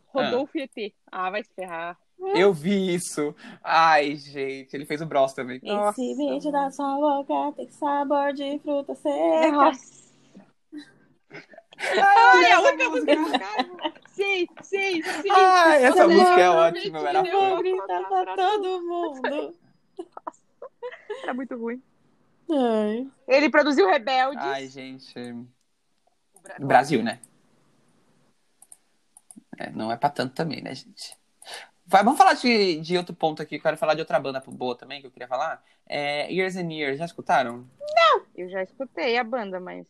C: Rodolfo ET. Ah, vai se ferrar.
A: Eu vi isso. Ai, gente, ele fez o Bros também.
B: É.
C: Nossa.
B: Esse beijo da sua boca tem sabor de fruta
A: É,
B: é seca.
C: Nossa.
A: Ai,
C: Ai, a
A: essa
C: outra música.
A: música.
C: Sei, sei, sei.
A: Ai, essa
B: Eu
A: música é
B: lembro,
A: ótima, eu um era
B: Eu vou
A: fã.
B: gritar tá pra todo mundo.
C: Era muito ruim.
B: Ai.
C: Ele produziu Rebeldes.
A: Ai, gente. Do Brasil, né? É, não é pra tanto também, né, gente? Vai, vamos falar de, de outro ponto aqui. Eu quero falar de outra banda boa também que eu queria falar. É, Years and Years, já escutaram?
C: Eu já escutei a banda, mas.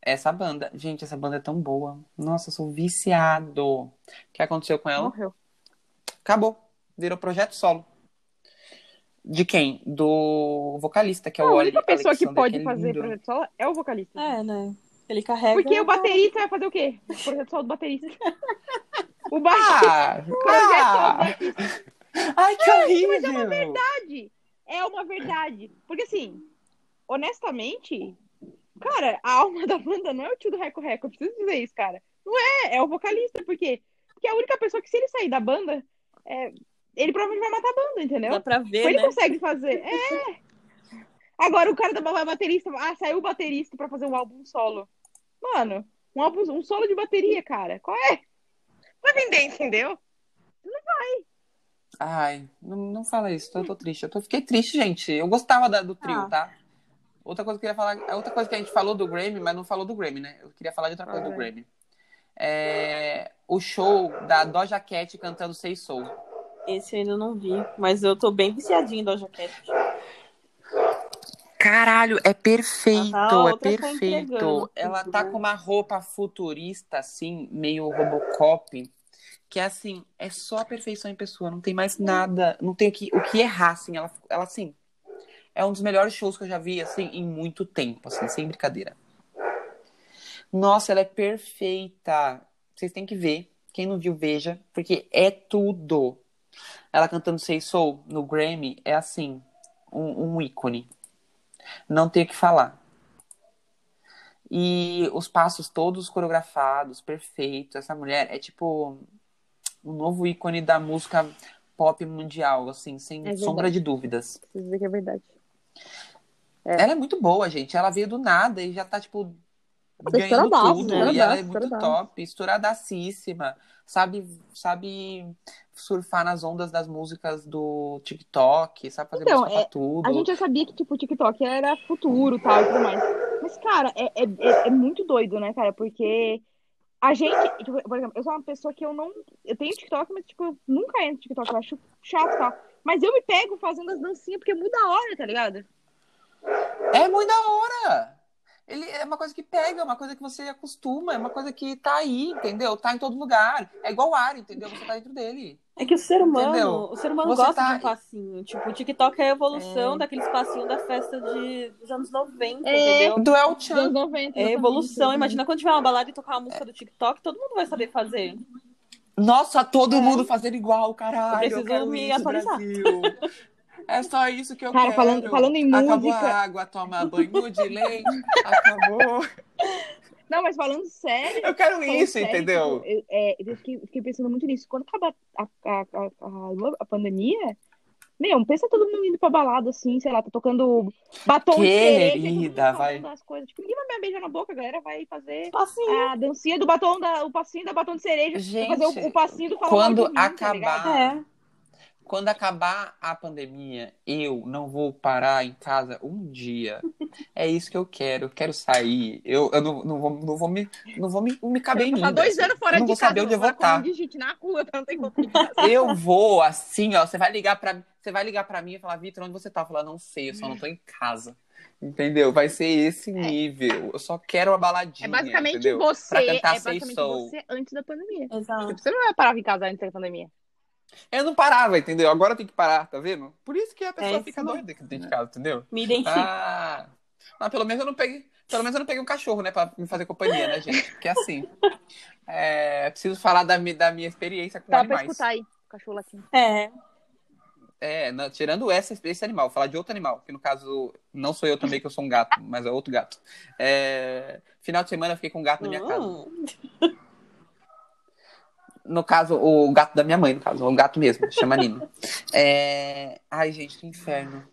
A: Essa banda. Gente, essa banda é tão boa. Nossa, eu sou viciado. O que aconteceu com ela?
C: Morreu.
A: Acabou. Virou projeto solo. De quem? Do vocalista, que é
C: a
A: o Oli
C: única Ah, pessoa que
A: Alexander,
C: pode
A: é
C: fazer
A: lindo.
C: projeto solo é o vocalista.
B: É, né? Ele carrega.
A: é
C: Porque o baterista vai fazer o quê? O projeto solo do baterista.
A: *laughs*
C: o baixista.
A: Ah!
C: Projeto solo do
A: ah!
C: baterista.
A: Ai, que horrível!
C: verdade. É uma verdade. Porque, assim, honestamente, cara, a alma *laughs* da banda não é o tio do Reco Reco. Eu preciso dizer isso, cara. Não é, é o vocalista. Por quê? Porque é a única pessoa que, se ele sair da banda, é, ele provavelmente vai matar a banda,
B: Dá
C: entendeu?
B: pra
C: Mas
B: ver,
C: ele
B: né?
C: consegue fazer. É. Agora, o cara da ba- baterista. Ah, saiu o baterista pra fazer um álbum solo. Mano, um, álbum, um solo de bateria, cara. Qual é? Vai vender, entendeu?
A: Ai, não, não fala isso, eu tô triste. Eu tô- fiquei triste, gente. Eu gostava da- do trio,
B: Ah.
A: tá? Outra coisa que eu queria falar, a outra coisa que a gente falou do Grammy, mas não falou do Grammy, né? Eu queria falar de outra coisa
C: Ah,
A: do
C: é.
A: Grammy. É, o show da Doja Cat cantando Sei Soul.
B: Esse eu ainda não vi. Mas eu tô bem viciadinha da jaquete.
A: Caralho, é perfeito,
B: Ah, a
A: é
B: outra tá entregando
A: perfeito. Ela
B: tudo,
A: tá
B: né?
A: com uma roupa futurista, assim, meio Robocop, que assim, é só a perfeição em pessoa, não tem mais nada, não tem o que, o que errar, assim. Ela, ela, assim, é um dos melhores shows que eu já vi, assim, em muito tempo, assim, sem brincadeira. Nossa, ela é perfeita. Vocês têm que ver. Quem não viu, veja, porque é tudo. Ela cantando Sei Soul no Grammy é assim, um- um ícone não ter o que falar. E os passos todos coreografados, perfeito. Essa mulher é tipo um novo ícone da música pop mundial, assim, sem
C: É
A: sombra de dúvidas.
C: Preciso dizer que é verdade.
A: Ela é muito boa, gente. Ela veio do nada e já tá, tipo,
C: Ela é
A: ganhando
C: estouradaça,
A: tudo.
C: né?
A: E ela é
C: Estouradaça,
A: muito
C: estouradaça.
A: top, estouradacíssima. Sabe, sabe surfar nas ondas das músicas do TikTok, sabe fazer
C: Então,
A: música
C: é-
A: pra tudo.
C: A gente já sabia que, tipo, o TikTok era futuro tal e tudo mais. Mas, cara, é, é, é- é muito doido, né, cara? Porque a gente, tipo, por exemplo, eu sou uma pessoa que eu não. Eu tenho TikTok, mas, tipo, eu nunca entro no TikTok, eu acho chato e tal. Mas eu me pego fazendo as dancinhas porque é muito da hora, tá ligado?
A: É muito da hora. Ele é uma coisa que pega, é uma coisa que você acostuma, é uma coisa que tá aí, entendeu? Tá em todo lugar. É igual o ar, entendeu? Você tá dentro dele.
B: É que o ser humano,
A: Entendeu?
B: o ser humano
A: Você
B: gosta
A: tá-
B: de um passinho. Tipo, o TikTok é a evolução daqueles passinhos da festa de, dos anos 90,
C: É.
B: entendeu?
A: Do El
C: Dos
A: Chan.
C: anos 90.
B: É evolução.
C: exatamente.
B: Imagina quando tiver uma balada e tocar uma música do TikTok, todo mundo vai saber fazer.
A: Nossa, todo mundo fazendo igual, caralho.
B: É. Eu preciso
A: quero
B: me
A: isso,
B: atualizar.
A: Brasil. É só isso que eu
C: Cara,
A: quero.
C: falando- falando em
A: Acabou
C: música.
A: a água, toma banho de leite. Acabou.
C: Não, mas falando sério.
A: Eu quero
C: falando
A: isso,
C: sério,
A: entendeu?
C: tipo, eu, é, eu fiquei, fiquei pensando muito nisso. Quando acabar a, a, a, a, a pandemia, meu, pensa todo mundo indo pra balada assim, sei lá, tá tocando batom de cereja. e todo mundo
A: Querida,
C: falando
A: vai.
C: Das coisas. Tipo, ninguém vai me beijar na boca, a galera vai fazer
B: Passinho.
C: a dancinha do batom, da, o passinho da batom de cereja.
A: Gente,
C: vai fazer um- o, o passinho do falar
A: quando
C: mal de mim, tá
A: acabar.
C: ligado?
B: É.
A: Quando acabar a pandemia, eu não vou parar em casa um dia. É isso que eu quero. Eu quero sair. Eu, eu não, não, vou, não vou me, não vou me, me caber em mim.
C: Passar Tá dois anos fora
A: não
C: de
A: vou
C: casa.
A: saber onde assim, eu vou tá.
C: agora com um
A: estar.
C: digite na rua, tá?
A: *laughs*
C: não tem como ficar. É
A: Eu vou assim, ó. Você vai ligar para você vai ligar para mim e falar, Vitor, onde você tá? Eu falar, não sei, eu só não tô em casa. Entendeu? Vai ser esse nível. Eu só quero uma baladinha.
C: É basicamente
A: entendeu?
C: você,
A: Pra
C: é
A: cantar Say
C: basicamente
A: Soul.
C: você antes da pandemia.
B: Exato.
C: Tipo, Você não vai parar em casa antes da pandemia.
A: Eu não parava, entendeu? Agora eu tenho que parar, tá vendo? Por isso que a
C: É
A: pessoa
B: isso
A: fica
B: mesmo.
A: doida aqui dentro de casa, entendeu?
B: Me identifico.
A: Ah, mas pelo menos eu não peguei, pelo menos eu não peguei um cachorro, né, pra me fazer companhia, né, gente? Porque assim, é, preciso falar da, mi- da minha experiência com
C: Dá pra
A: animais.
C: escutar aí, o cachorro latindo.
A: Ah.
B: É.
A: É, não, tirando essa esse animal, falar de outro animal, que no caso não sou eu também que eu sou um gato, mas é outro gato. É, final de semana eu fiquei com um gato na minha casa.
B: Hum.
A: No caso, o gato da minha mãe, no caso, o gato mesmo, chama
B: *laughs*
A: Nino. É, Ai, gente, que inferno.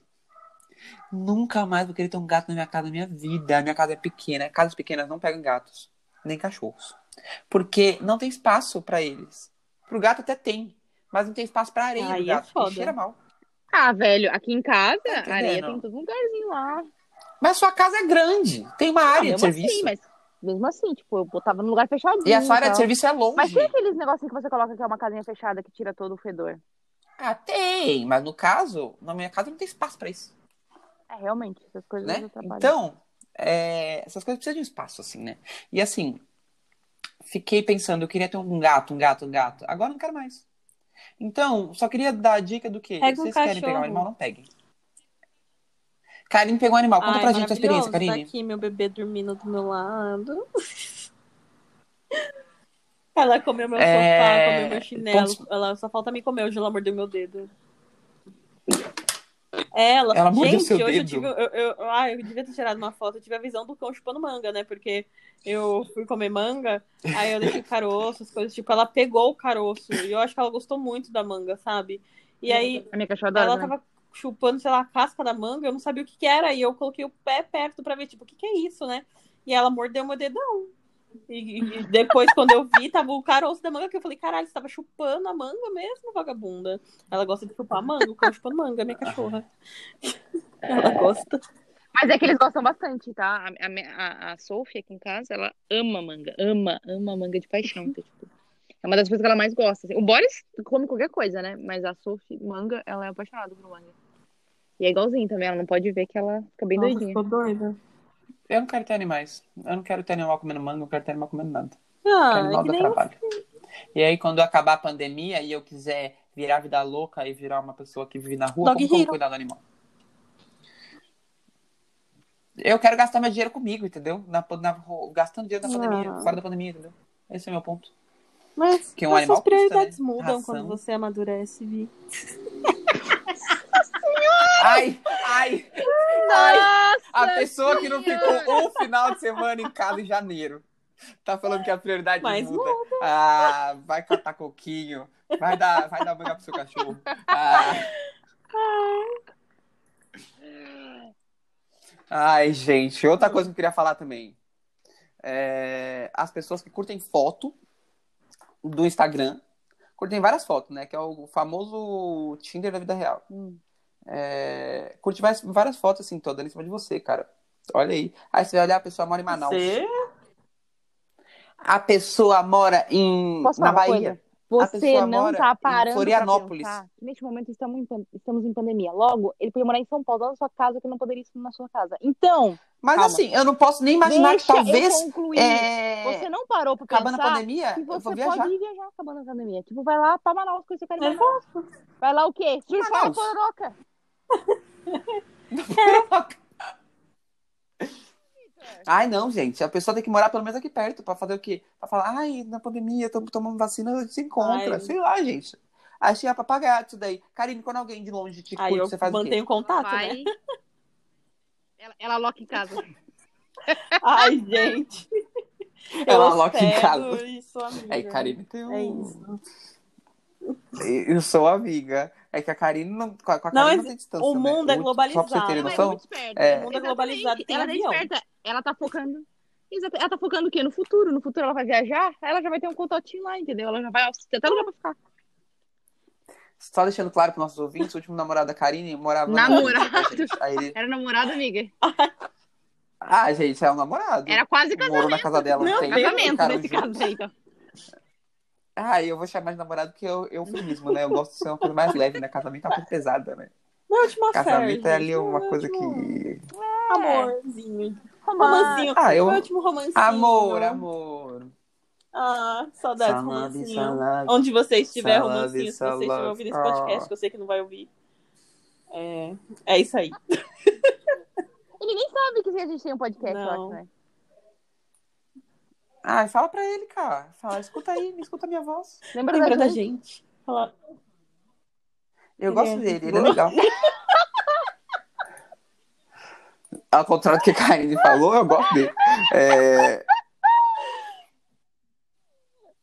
A: Nunca mais vou querer ter um gato na minha casa na minha vida. A minha casa é pequena. Casas pequenas não pegam gatos, nem cachorros. Porque não tem espaço pra eles. Pro gato até tem, mas não tem espaço pra areia
B: Aí
A: do
B: é
A: gato,
B: foda.
A: que cheira mal.
C: Ah, velho, aqui em casa,
A: Tá entendendo?
C: areia tem em todo lugarzinho lá.
A: Mas sua casa é grande, tem uma
C: Ah,
A: área de
C: mesmo
A: serviço.
C: assim, mas mesmo assim, tipo, eu botava num lugar fechadinho.
A: E a sua área
B: então.
C: tal.
A: de serviço é longe.
C: Mas tem aqueles negocinhos que você coloca que é uma casinha fechada que tira todo o fedor.
A: Ah, tem, mas no caso, na minha casa não tem espaço pra isso.
C: É, realmente, essas coisas
A: né?
C: atrapalham.
A: Então, é, essas coisas precisam de um espaço, assim, né? E assim, fiquei pensando, eu queria ter um gato, um gato, um gato. Agora eu não quero mais. Então, só queria dar a dica do que
B: Pega um
A: vocês querem
B: cachorro.
A: pegar um animal, não peguem. Karine pegou um animal. Conta
B: Ai,
A: pra gente a
B: maravilhoso.
A: sua experiência, Karine.
B: Tá aqui meu bebê dormindo do meu lado. *laughs* Ela comeu meu
A: É,
B: sofá, comeu meu chinelo.
A: pontos-
B: Ela só falta me comer, hoje ela mordeu meu dedo. É, Ela,
A: Ela mordeu
B: gente,
A: seu
B: hoje eu
A: dedo?
B: tive. um- Eu, eu, ai, eu devia ter tirado uma foto, eu tive a visão do cão chupando manga, né? Porque eu fui comer manga, aí eu deixei caroço, as coisas, tipo, ela pegou o caroço. E eu acho que ela gostou muito da manga, sabe? E aí
C: A minha cachorra adora.
B: ela
A: né?
C: também.
B: tava chupando, sei lá, a casca da manga, eu não sabia o que que era, e eu coloquei o pé perto pra ver, tipo, o que que é isso, né? E ela mordeu meu dedão. E, e depois, *laughs* quando eu vi, tava o caroço da manga, que eu falei, caralho, você tava chupando a manga mesmo, vagabunda? Ela gosta de chupar manga, o cão chupando manga, minha cachorra. *laughs* Ela
A: É.
B: gosta.
C: Mas é que eles gostam bastante, tá? A, a, minha- a, a Sophie aqui em casa, ela ama manga. Ama, ama manga de paixão.
A: *laughs*
C: Então, tipo, é uma das coisas que ela mais gosta. assim. O Boris come qualquer coisa, né? Mas a Sophie, manga, ela é apaixonada por manga. E é igualzinho também, ela não pode ver que ela fica bem
B: Nossa,
C: doidinha.
B: ficou doida.
A: Eu não quero ter animais. Eu não quero ter animal comendo manga, eu não quero ter animal comendo nada. Porque
B: Ah, é
A: animal
B: que
A: dá
B: nem
A: trabalho. E aí, quando acabar a pandemia e eu quiser virar vida louca e virar uma pessoa que vive na rua, como
B: Dog
A: que eu vou
B: hero.
A: cuidar do animal? Eu quero gastar meu dinheiro comigo, entendeu? Na, pan- na, gastando dinheiro na
B: Ah.
A: pandemia, fora da pandemia, entendeu? Esse é o meu ponto.
B: Mas
A: Que um
B: as
A: animal
B: suas
A: custa,
B: prioridades
A: né?
B: mudam
A: Ração.
B: quando você amadurece, Vi.
A: Ai, ai, ai. A pessoa que não
C: Senhora!
A: ficou um final de semana em casa em janeiro. Tá falando que a prioridade
B: Mas
A: muda. Ah, vai catar coquinho. Vai dar, vai dar banho pro seu cachorro. Ah. Ai, gente. Outra coisa que eu queria falar também. É, as pessoas que curtem foto do Instagram. Curtem várias fotos, né? Que é o famoso Tinder da vida real.
C: Hum.
A: É, curte várias, várias fotos, assim, toda em cima de você, cara. Olha aí. Aí você vai olhar, a pessoa mora em Manaus.
B: Você?
A: A pessoa mora em,
C: Posso
A: na
C: falar uma
A: Bahia.
C: coisa?
A: A
C: Você
A: pessoa
C: não
A: mora
C: tá
A: em
C: parando
A: Florianópolis.
C: pra pensar que neste momento estamos em, pan- estamos em pandemia. Logo, ele podia morar em São Paulo, lá na sua casa, que não poderia estar na sua casa. Então,
A: Mas
C: Calma.
A: assim, eu não posso nem imaginar
C: deixa
A: que talvez.
C: eu concluir.
A: é,
C: Você não parou pra
A: Acabando a
C: pensar
A: pandemia,
C: que
A: eu
C: você
A: vou
C: pode
A: viajar.
C: ir viajar acabando a pandemia. Tipo, vai lá pra Manaus conhecer o
B: É
C: Caribe.
B: fácil.
C: Vai lá o quê? Surfar a
A: Manaus.
C: pororoca.
A: Ai, não, gente. A pessoa tem que morar pelo menos aqui perto pra fazer o quê? Pra falar, ai, na pandemia, tô tomando vacina, a gente se encontra.
B: Ai.
A: Sei lá, gente. Achei a papagaio isso daí. Karine, quando alguém de longe te
B: Aí
A: curte,
B: eu
A: você faz o quê?
B: mantenho contato, né?
C: Ela, ela loca em casa.
B: Ai,
A: *laughs*
B: gente.
A: Ela
B: eu
A: aloca em
B: pego
A: casa.
B: Isso, amiga.
A: Aí, Karine, tem um...
B: É isso.
A: Eu sou amiga. É que a Karine não. Com a com a
B: Não,
A: Karine
B: mas
A: não tem distância.
B: o
A: né?
B: mundo é
A: Eu- Só pra você
B: globalizado,
A: ter
B: mas
A: noção.
C: esperta.
A: É.
B: O mundo é globalizado, tem
C: ela é
B: avião.
C: esperta. Ela tá focando. Exato. Ela tá focando o quê? No futuro. No futuro ela vai viajar, aí ela já vai ter um contatinho lá, entendeu? Ela já vai até lugar pra ficar.
A: Só deixando claro para nossos ouvintes, o último namorado da Karine morava na
C: Namorado.
A: Bahia com a gente. Aí ele-
C: Era namorado, amiga.
A: Ah, gente, é um namorado.
C: Era quase
A: Morou
C: casamento.
A: na casa dela
B: Meu
A: um tempo.
B: Deus.
C: Casamento
A: ficaram
C: nesse
A: juntos.
C: caso aí, então.
A: Ah, eu vou chamar de namorado porque eu, eu mesmo, né? Eu gosto de ser uma coisa mais leve, né? Casamento é uma coisa pesada, né?
B: Não, eu te mostro.
A: Casamento é ali
B: gente.
A: uma coisa
B: Não,
A: que.
B: Amorzinho. É.
C: assim?
B: Romancinho.
A: Ah, eu.
B: Meu último romancinho.
A: Amor, amor.
B: Ah, saudades do
A: Salve,
B: romancinho.
A: salve.
B: Onde você estiver,
A: Salve,
B: romancinho, se você
A: salve.
B: estiver ouvindo esse
A: Ah.
B: podcast, que eu sei que não vai ouvir. É, é isso aí.
C: Ele nem sabe que a gente tem um podcast, eu acho,
B: Não.
C: né?
A: Ah, fala pra ele, cara. Fala, escuta aí, me escuta a minha voz.
C: Lembra,
B: Lembra
C: da
B: da
C: gente?
B: gente. Fala.
A: Eu
B: Ele
A: gosto
B: é
A: dele,
B: gente
A: ele é
B: boa.
A: legal. *laughs* Ao contrário do que a Karine falou, eu gosto dele. É,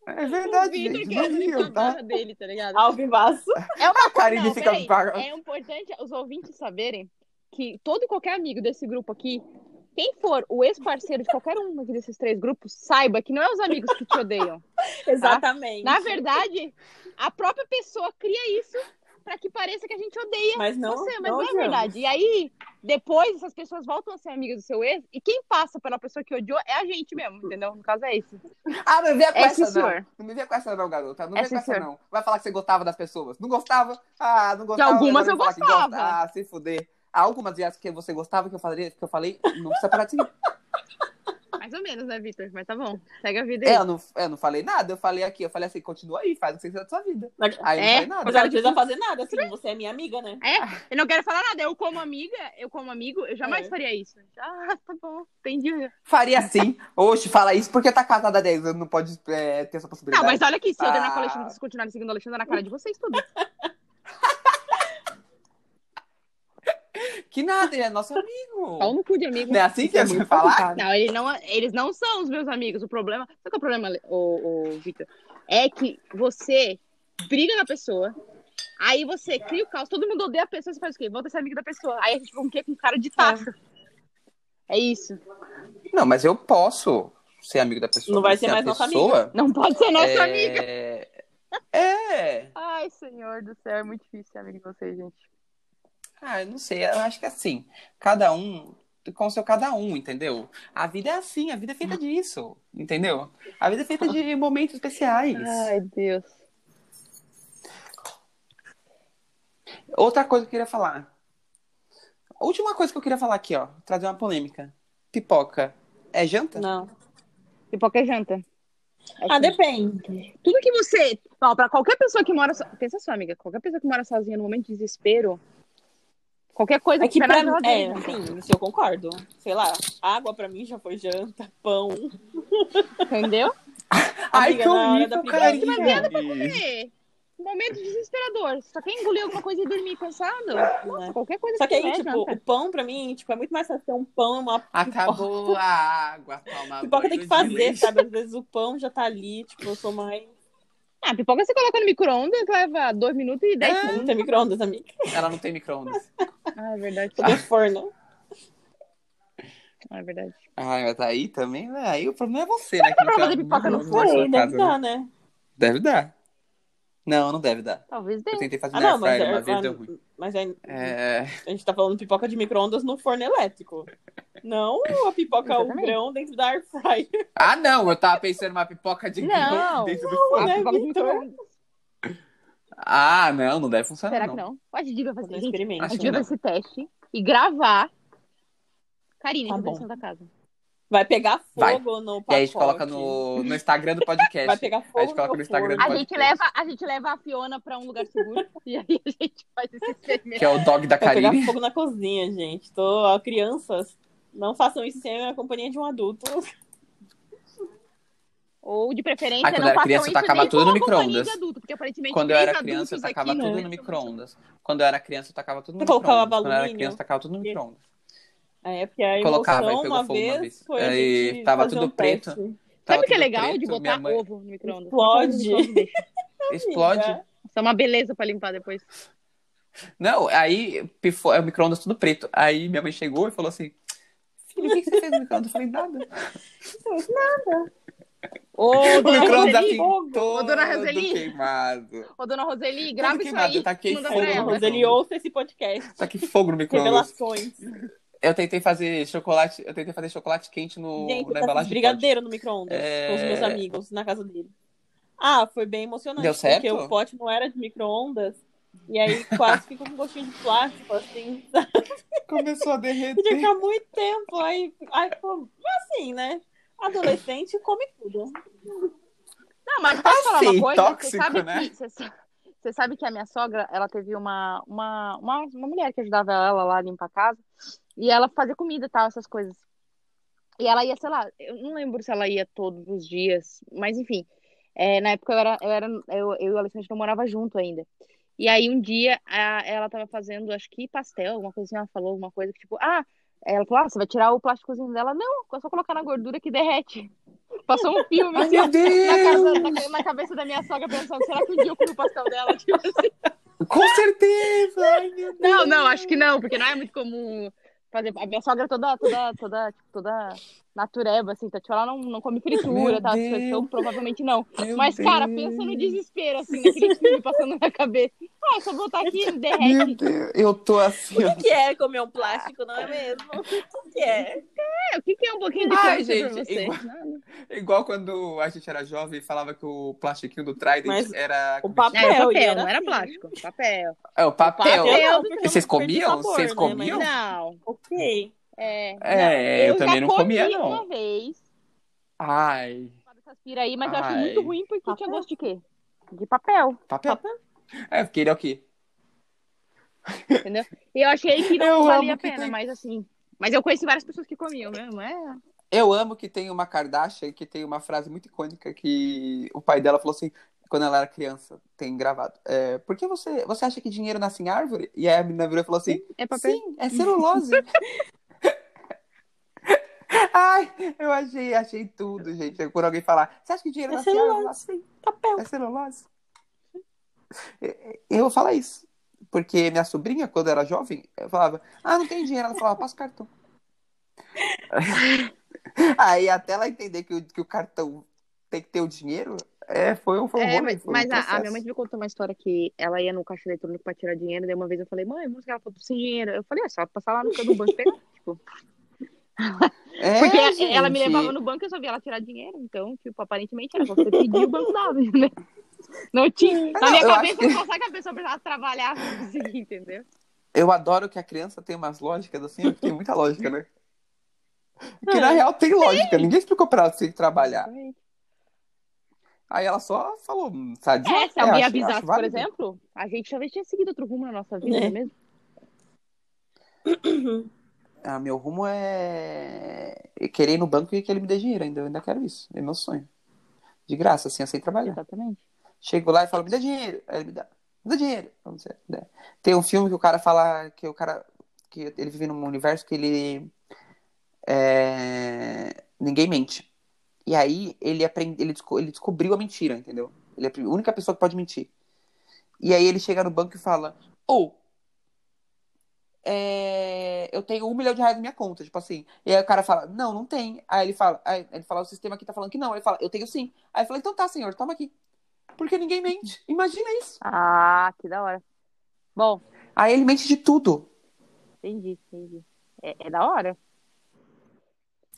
A: é
C: O
A: verdade,
C: Vitor
A: gente. Não
C: querendo ir
A: riam,
C: pra
A: tá?
C: barra dele, tá ligado?
B: Alvivaço.
C: É uma
A: A Karine
C: Não,
A: fica...
C: peraí.
A: paga-
C: É importante os ouvintes saberem que todo e qualquer amigo desse grupo aqui, quem for o ex-parceiro de qualquer um aqui desses três grupos, saiba que não é os amigos que te odeiam.
B: *laughs* Exatamente.
C: Na verdade, a própria pessoa cria isso pra que pareça que a gente odeia
B: Mas não,
C: você, mas
B: não
C: não, é
B: odiamos.
C: verdade. E aí, depois essas pessoas voltam a ser amigas do seu ex, e quem passa pela pessoa que odiou é a gente mesmo, entendeu? No caso é esse.
A: Ah, não me venha com
C: É,
A: essa,
C: sim,
A: não.
C: senhor.
A: Não me venha com essa, não, garota. Não
C: É,
A: me venha
C: sim,
A: com essa,
C: senhor.
A: não. Vai falar que você gostava das pessoas. Não gostava? Ah, não gostava.
C: algumas
A: agora vai falar
C: eu
A: que gosta.
C: gostava.
A: Ah, se fuder. Há algumas viagens que você gostava que eu falei, que eu falei não precisa
C: *laughs*
A: parar de seguir.
C: Mais ou menos, né, Vitor? Mas tá bom. Segue a vida
A: É,
C: aí.
A: eu não, eu não falei nada. Eu falei aqui, eu falei assim, continua aí, faz o que você quiser da sua vida. Aí eu
C: É,
A: não falei nada.
B: Mas ela não precisa fazer nada, assim, você é minha amiga, né?
C: Eu não quero falar nada. Eu como amiga, eu como amigo, eu jamais
B: É.
C: faria isso. Ah, *laughs* tá bom. Entendi.
A: Faria sim. Oxe, fala isso porque tá casada há 10 anos, não pode é, ter essa
C: Não,
A: possibilidade.
C: Tá, mas olha aqui, se eu terminar
A: Ah.
C: com a Alexandre, vocês continuarem seguindo a Alexandre na cara de vocês tudo.
A: Que nada, ele é nosso amigo.
C: Pau no cu de amigo.
A: Não é assim que
C: um é
A: você
C: muito
A: falar?
C: Não, ele não, eles não são os meus amigos. O problema. Sabe qual é o problema, o, Vitor? É que você briga na pessoa, aí você cria o caos, todo mundo odeia a pessoa, você faz o quê? Volta a ser amigo da pessoa. Aí a gente fica com o quê? Com cara de tacho. É isso.
A: Não, mas eu posso ser amigo da pessoa.
B: Não vai
A: mas
B: ser
A: a
B: mais nossa
A: pessoa,
C: Não pode ser nosso
A: é...
C: amigo.
A: É.
C: Ai, senhor do céu, é muito difícil ser amigo de vocês, gente.
A: Ah, eu não sei. Eu acho que é assim, cada um com o seu cada um, entendeu? A vida é assim, a vida é feita disso, entendeu? A vida é feita de momentos especiais.
C: Ai, Deus.
A: Outra coisa que eu queria falar. A última coisa que eu queria falar aqui, ó, trazer uma polêmica. Pipoca é janta?
B: Não.
C: Pipoca é janta. É
B: Ah,
C: tudo.
B: depende.
C: Tudo que você. Ó, pra qualquer pessoa que mora. So... Pensa só, amiga. Qualquer pessoa que mora sozinha no momento de desespero. Qualquer coisa
B: É que
C: tiver na
B: pra mim.
C: geladeira.
B: É, sim, isso eu concordo. Sei lá, água pra mim já foi janta, pão. é. *laughs*
C: Entendeu?
A: Ai,
B: Amiga,
A: que
B: na hora da
A: horrível,
B: pipoca.
A: carinho.
B: Mas
C: É. Momento desesperador. Só quer engolir alguma coisa e dormir cansado.
B: Né?
C: Qualquer coisa
B: Só que aí,
C: tiver,
B: tipo,
C: É janta.
B: o pão pra mim, tipo, é muito mais fácil ter um pão, uma
A: Acabou a água, toma
B: pipoca
A: banho
B: tem que
A: de
B: fazer,
A: leite.
B: sabe? Às vezes o pão já tá ali, tipo, eu sou mais.
C: Ah, pipoca você coloca no micro-ondas, leva 2 minutos e 10
B: Não
C: segundos.
B: tem micro-ondas, amiga.
A: Ela não tem micro-ondas.
C: Ah, é verdade.
B: Tô no forno.
C: Ah, é verdade.
A: Ai, mas aí também, né? aí o problema é você, né? que não
C: pra
A: tem
C: fazer
A: uma
C: pipoca no
A: micro-ondas na sua
B: Aí, deve
A: casa, né?
B: dar, né?
A: Deve dar. Não, não deve dar.
C: Talvez
A: Eu
C: dê.
A: tentei fazer
B: Ah,
A: na
B: não,
A: air
B: mas,
A: fryer
B: é,
A: uma vez,
B: ah,
A: deu ruim.
B: mas aí,
A: É...
B: a gente tá falando pipoca de micro-ondas no forno elétrico. Não a pipoca, o
C: Exatamente.
B: grão dentro da air fryer.
A: Ah, não, eu tava pensando numa pipoca de
C: Não.
A: *laughs* dentro do
C: Ah,
A: forno.
B: né,
C: pipoca de
B: Vitor?
C: micro-ondas.
A: Ah, não, não deve funcionar.
C: Será que não? Pode de vai
B: Fazer
C: fazer
B: um
C: isso.
B: experimento.
A: acho
C: A
A: que
C: gente vai
A: não.
C: fazer esse teste e gravar. Karine,
B: Tá
C: que
B: bom.
C: tá da casa.
B: Vai pegar
A: Vai.
B: fogo no
A: E
B: pacote.
A: aí a gente coloca no, no Instagram do
B: *laughs* Vai
A: podcast.
B: pegar fogo
A: a gente coloca no Instagram
B: forno.
C: A
A: Pode
C: gente,
A: ser.
C: leva, a gente leva a Fiona pra um lugar seguro *laughs* e aí a gente faz esse experimento.
A: Que é o dog da
B: Vai pegar
A: Karine.
B: fogo na cozinha, gente. Tô, ó, crianças, não façam isso sem a companhia de um adulto. *laughs*
C: Ou de preferência,
A: Ah, quando
C: não
A: eu era
C: façam
A: criança, eu
C: isso
A: tacava
C: nem
A: tudo
C: com
A: no
C: a companhia
A: micro-ondas.
C: de adulto, porque
A: *laughs*
C: aparentemente
A: Quando eu
C: três
A: era criança, eu
C: adultos
A: tacava
C: aqui,
A: tudo
C: né?
A: no micro-ondas. Quando eu era criança, eu tacava tudo no
B: Eu colocava
A: micro-ondas. Quando eu era
B: alumínio.
A: criança, eu tacava tudo no micro-ondas.
B: É, porque a emoção,
A: Colocava e pegou
B: uma,
A: fogo uma
B: vez,
A: vez.
B: foi a
A: Aí
B: gente
A: tava
B: fazer
A: tudo
B: um
A: preto.
B: teste.
A: Tava
C: Sabe o que é
A: tudo
C: legal de
A: preto,
C: botar
A: minha mãe-
C: ovo no micro-ondas?
B: Explode.
C: Ovo no micro-ondas deixa.
A: Explode.
B: Amiga.
C: Isso é uma beleza pra limpar depois.
A: Não, aí pifou, é o micro-ondas tudo preto. Aí minha mãe chegou e falou assim: Filho, o que, que você fez no micro-ondas? Eu falei:
B: *laughs*
A: Nada.
C: Ô,
A: O
C: dona
A: micro-ondas
C: Roseli,
A: assim, todo
C: dona Roseli.
A: queimado.
C: ô, dona Roseli, grava
A: Tudo
C: isso
A: queimado, tá
C: aí.
A: eu taquei
C: manda
A: fogo
C: pra
A: no
C: ela.
A: rosto.
B: Roseli, né? ouça esse podcast.
A: Tá que fogo no micro-ondas.
B: Revelações.
A: Eu tentei fazer chocolate, eu tentei fazer chocolate quente no,
B: Gente, eu
A: na
B: tá
A: embalagem de
B: brigadeiro no micro-ondas
A: É.
B: com os meus amigos na casa dele. Ah, foi bem emocionante,
A: Deu certo?
B: porque o pote não era de micro-ondas. E aí quase ficou com um gostinho de plástico, assim. sabe?
A: pote. Começou a
B: Podia
A: derreter.
B: ficar muito tempo. Aí, aí ficou assim, né? Adolescente come tudo.
C: Não, mas posso falar
A: Assim,
C: uma coisa?
A: tóxico,
C: você sabe
A: né?
C: que você, sa- você sabe que a minha sogra, ela teve uma, uma, uma, uma mulher que ajudava ela lá a limpar a casa e ela fazia comida e tal, essas coisas. E ela ia, sei lá, eu não lembro se ela ia todos os dias, mas enfim. é, na época eu era, eu era eu, eu e o Alexandre não morava junto ainda. E aí um dia a- ela tava fazendo, acho que pastel, alguma coisa assim, ela falou alguma coisa que tipo, ah, ela falou, ah, você vai tirar o plásticozinho dela? Não, é só colocar na gordura que derrete. *laughs* Passou um filme
A: Ai,
C: assim,
B: *laughs*
A: meu
C: na,
A: Deus!
C: casa- na- na cabeça da minha sogra pensando, será que um dia eu comi o pastel dela? *laughs* Tipo assim.
A: Com certeza! Ai, meu Deus!
C: Não, não, acho que não, porque não é muito comum fazer. A minha sogra é toda, toda, toda, tipo, toda natureba, assim, tá? Tipo, ela não, não come fritura,
A: Meu
C: tá? Essas coisas,
A: Deus.
C: Então, provavelmente não.
A: Meu
C: Mas, cara,
A: Deus.
C: pensa no desespero, assim, naquele filme passando na cabeça. Ah, é só botar aqui, derrete.
A: Meu Deus, eu tô assim. ó.
B: O que é comer um plástico, não é
A: Ah.
B: mesmo? O que é?
C: É, o que, que é um pouquinho de
A: Ai,
C: plástico pra
A: gente,
C: você?
A: igual-
C: Nada.
A: *laughs* Igual quando a gente era jovem e falava que o plastiquinho do Trident
B: Mas
A: era.
B: o
C: Não, era
B: Papel, e
C: É, papel,
B: era
C: não era
B: assim.
C: plástico. Papel.
A: É o papel.
C: papel.
B: não, porque
A: E
B: eu não
A: vocês
B: perdi o
A: comiam?
B: sabor,
A: Vocês
B: né?
A: comiam?
B: Mas,
C: Não.
B: ok.
C: É,
A: É, eu,
C: já
A: também não comia,
C: comi
A: não.
C: uma vez.
A: Ai,
C: essas pira aí, mas eu acho
A: Ai.
C: muito ruim porque
B: Papel?
C: tinha gosto de quê? De papel,
A: papel. É, porque ele é o quê?
C: entendeu? E eu achei que não
A: Eu amo
C: valia a
A: que
C: pena,
A: tem-
C: mas assim. Mas eu conheci várias pessoas que comiam mesmo, é.
A: Eu amo que tem uma Kardashian que tem uma frase muito icônica que o pai dela falou assim, quando ela era criança, tem gravado. É, Por que você, você acha que dinheiro nasce em árvore? E aí a menina virou e falou assim,
C: É papel.
A: sim, é celulose. *laughs* Ai, eu achei, achei tudo, gente. Quando alguém falar, você acha que dinheiro
B: É
A: nasce em árvore? Eu falo, Sim,
B: Papel.
A: é celulose. E- e- Eu vou falar isso. Porque minha sobrinha, quando era jovem, eu falava, ah, não tem dinheiro. Ela falava, passa o cartão. *laughs* Aí até ela entender que o, que o cartão tem que ter o dinheiro, é, foi, um- foi um
C: É,
A: rolo,
C: mas
A: foi um
C: mas a- a,
A: processo.
C: minha mãe me contou uma história que ela ia no caixa eletrônico pra tirar dinheiro, daí uma vez eu falei, mãe, música, ela falou, tô sem dinheiro. Eu falei, é só passar lá no canto do banco e pegar.
A: *laughs* É,
C: Porque ela me
A: gente.
C: levava no banco e eu só via ela tirar dinheiro. Então, tipo, aparentemente era só você pedir o banco dava, *laughs* né? Não tinha. Na minha
A: eu
C: cabeça,
A: acho
C: só sabe que a pessoa precisava trabalhar pra conseguir, *laughs* entendeu?
A: Eu adoro que a criança tem umas lógicas assim, porque tem muita lógica, né? Que
C: Ah,
A: na real tem lógica, ninguém explicou pra ela que tem que trabalhar. Aí ela só falou, "Hum, sadia.
C: É, se alguém
A: acho-
C: avisasse,
A: acho
C: por
A: válido."
C: exemplo, a gente talvez tinha seguido outro rumo na nossa vida,
B: É.
C: não é mesmo?
A: Ah, meu rumo é querer ir no banco e que ele me dê dinheiro ainda. Eu ainda quero isso. É meu sonho. De graça, assim, eu sei trabalhar.
C: Exatamente.
A: Chego lá e falo, me dá dinheiro. Aí ele me dá, me dá dinheiro. Vamos dizer, né? Tem um filme que o cara fala que o cara. que ele vive num universo que ele. é, ninguém mente. E aí ele aprende, ele, desco- ele descobriu a mentira, entendeu? Ele é a pri- única pessoa que pode mentir. E aí ele chega no banco e fala, ou. é, eu tenho um milhão de reais na minha conta, tipo assim. E aí o cara fala, não, não tem. Aí ele fala, aí ele fala, o sistema aqui tá falando que não. Aí ele fala, eu tenho sim. Aí ele fala, então tá, senhor, toma aqui. Porque ninguém mente. Imagina isso.
C: Ah, que da hora. Bom,
A: Aí ele mente de tudo.
C: entendi, entendi. É, é da hora.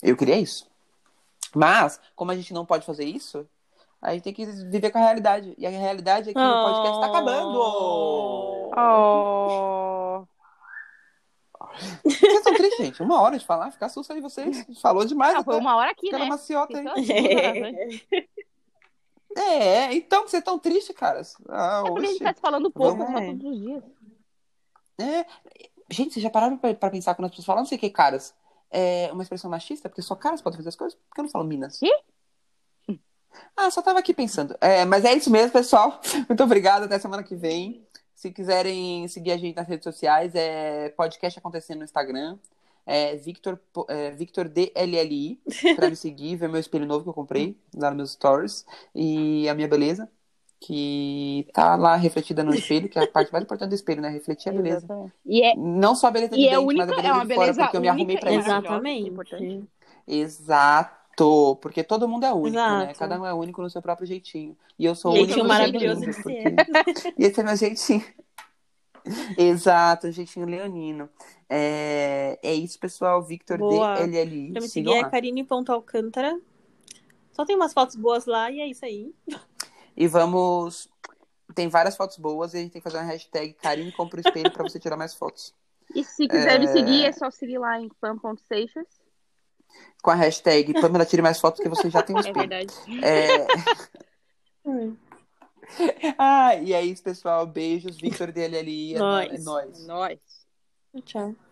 A: Eu queria isso. Mas, como a gente não pode fazer isso, a gente tem que viver com a realidade. E a realidade é que o podcast tá
B: Oh.
A: acabando.
C: Oh.
A: Vocês estão tristes, gente. Uma hora de falar, ficar susto aí vocês. Falou demais.
C: Ah, foi
A: até.
C: uma hora aqui,
A: Ficando
C: né?
A: maciota, hein? *laughs*
C: É
A: É, então vocês estão tristes, caras. Ah,
C: porque a
A: oxe.
C: gente tá se falando pouco,
A: Vamos-
C: mas todos os dias.
A: É. Gente, vocês já pararam pra, pra pensar quando as pessoas falam não sei o que, caras? É uma expressão machista? Porque só caras podem fazer as coisas? Por que eu não falo minas?
C: Quê?
A: Ah, só tava aqui pensando. É, mas é isso mesmo, pessoal. *laughs* Muito obrigada. Até semana que vem. Se quiserem seguir a gente nas redes sociais, é podcast acontecendo no Instagram. É Victor, po- é Victor DLLI. Pra me seguir, ver meu espelho novo que eu comprei lá nos meus stories. E a minha beleza, que tá lá refletida no espelho, que é a parte mais importante do espelho, né? Refletir a beleza.
C: Exatamente. E é,
A: Não só a beleza de
C: E é
A: dentro,
C: única-
A: mas a beleza
C: é uma
A: de fora,
C: beleza
A: porque eu me arrumei
C: única
A: pra
C: e
A: isso.
B: Exatamente.
C: Importante.
A: Exato, porque todo mundo é único, né?
B: Exato.
A: Cada um é único no seu próprio jeitinho. E eu sou o único
B: Jeitinho
A: no
B: maravilhoso
A: jeitinho,
B: que você
A: porque- *laughs* E esse é meu jeitinho. Exato, o jeitinho leonino. É, é isso, pessoal. Victor
B: Boa.
A: DLLI.
B: Pra me
A: sigam
B: seguir é
A: lá.
B: Karine.alcântara. Só tem umas fotos boas lá e é isso aí.
C: é
A: E vamos. Tem várias fotos boas e a gente tem que fazer uma hashtag Karine compra o espelho pra você tirar mais fotos.
C: E se quiser me seguir, é só seguir lá em pam.seixas.
A: Com a hashtag Pamela tire mais fotos que você já tem um
C: *laughs* É
A: espelho.
C: verdade.
A: É, Hum. Ah, e é isso, pessoal. Beijos, Victor DLLI. É
B: Nós.
A: nó- é nóis.
C: Nós.
B: Tchau.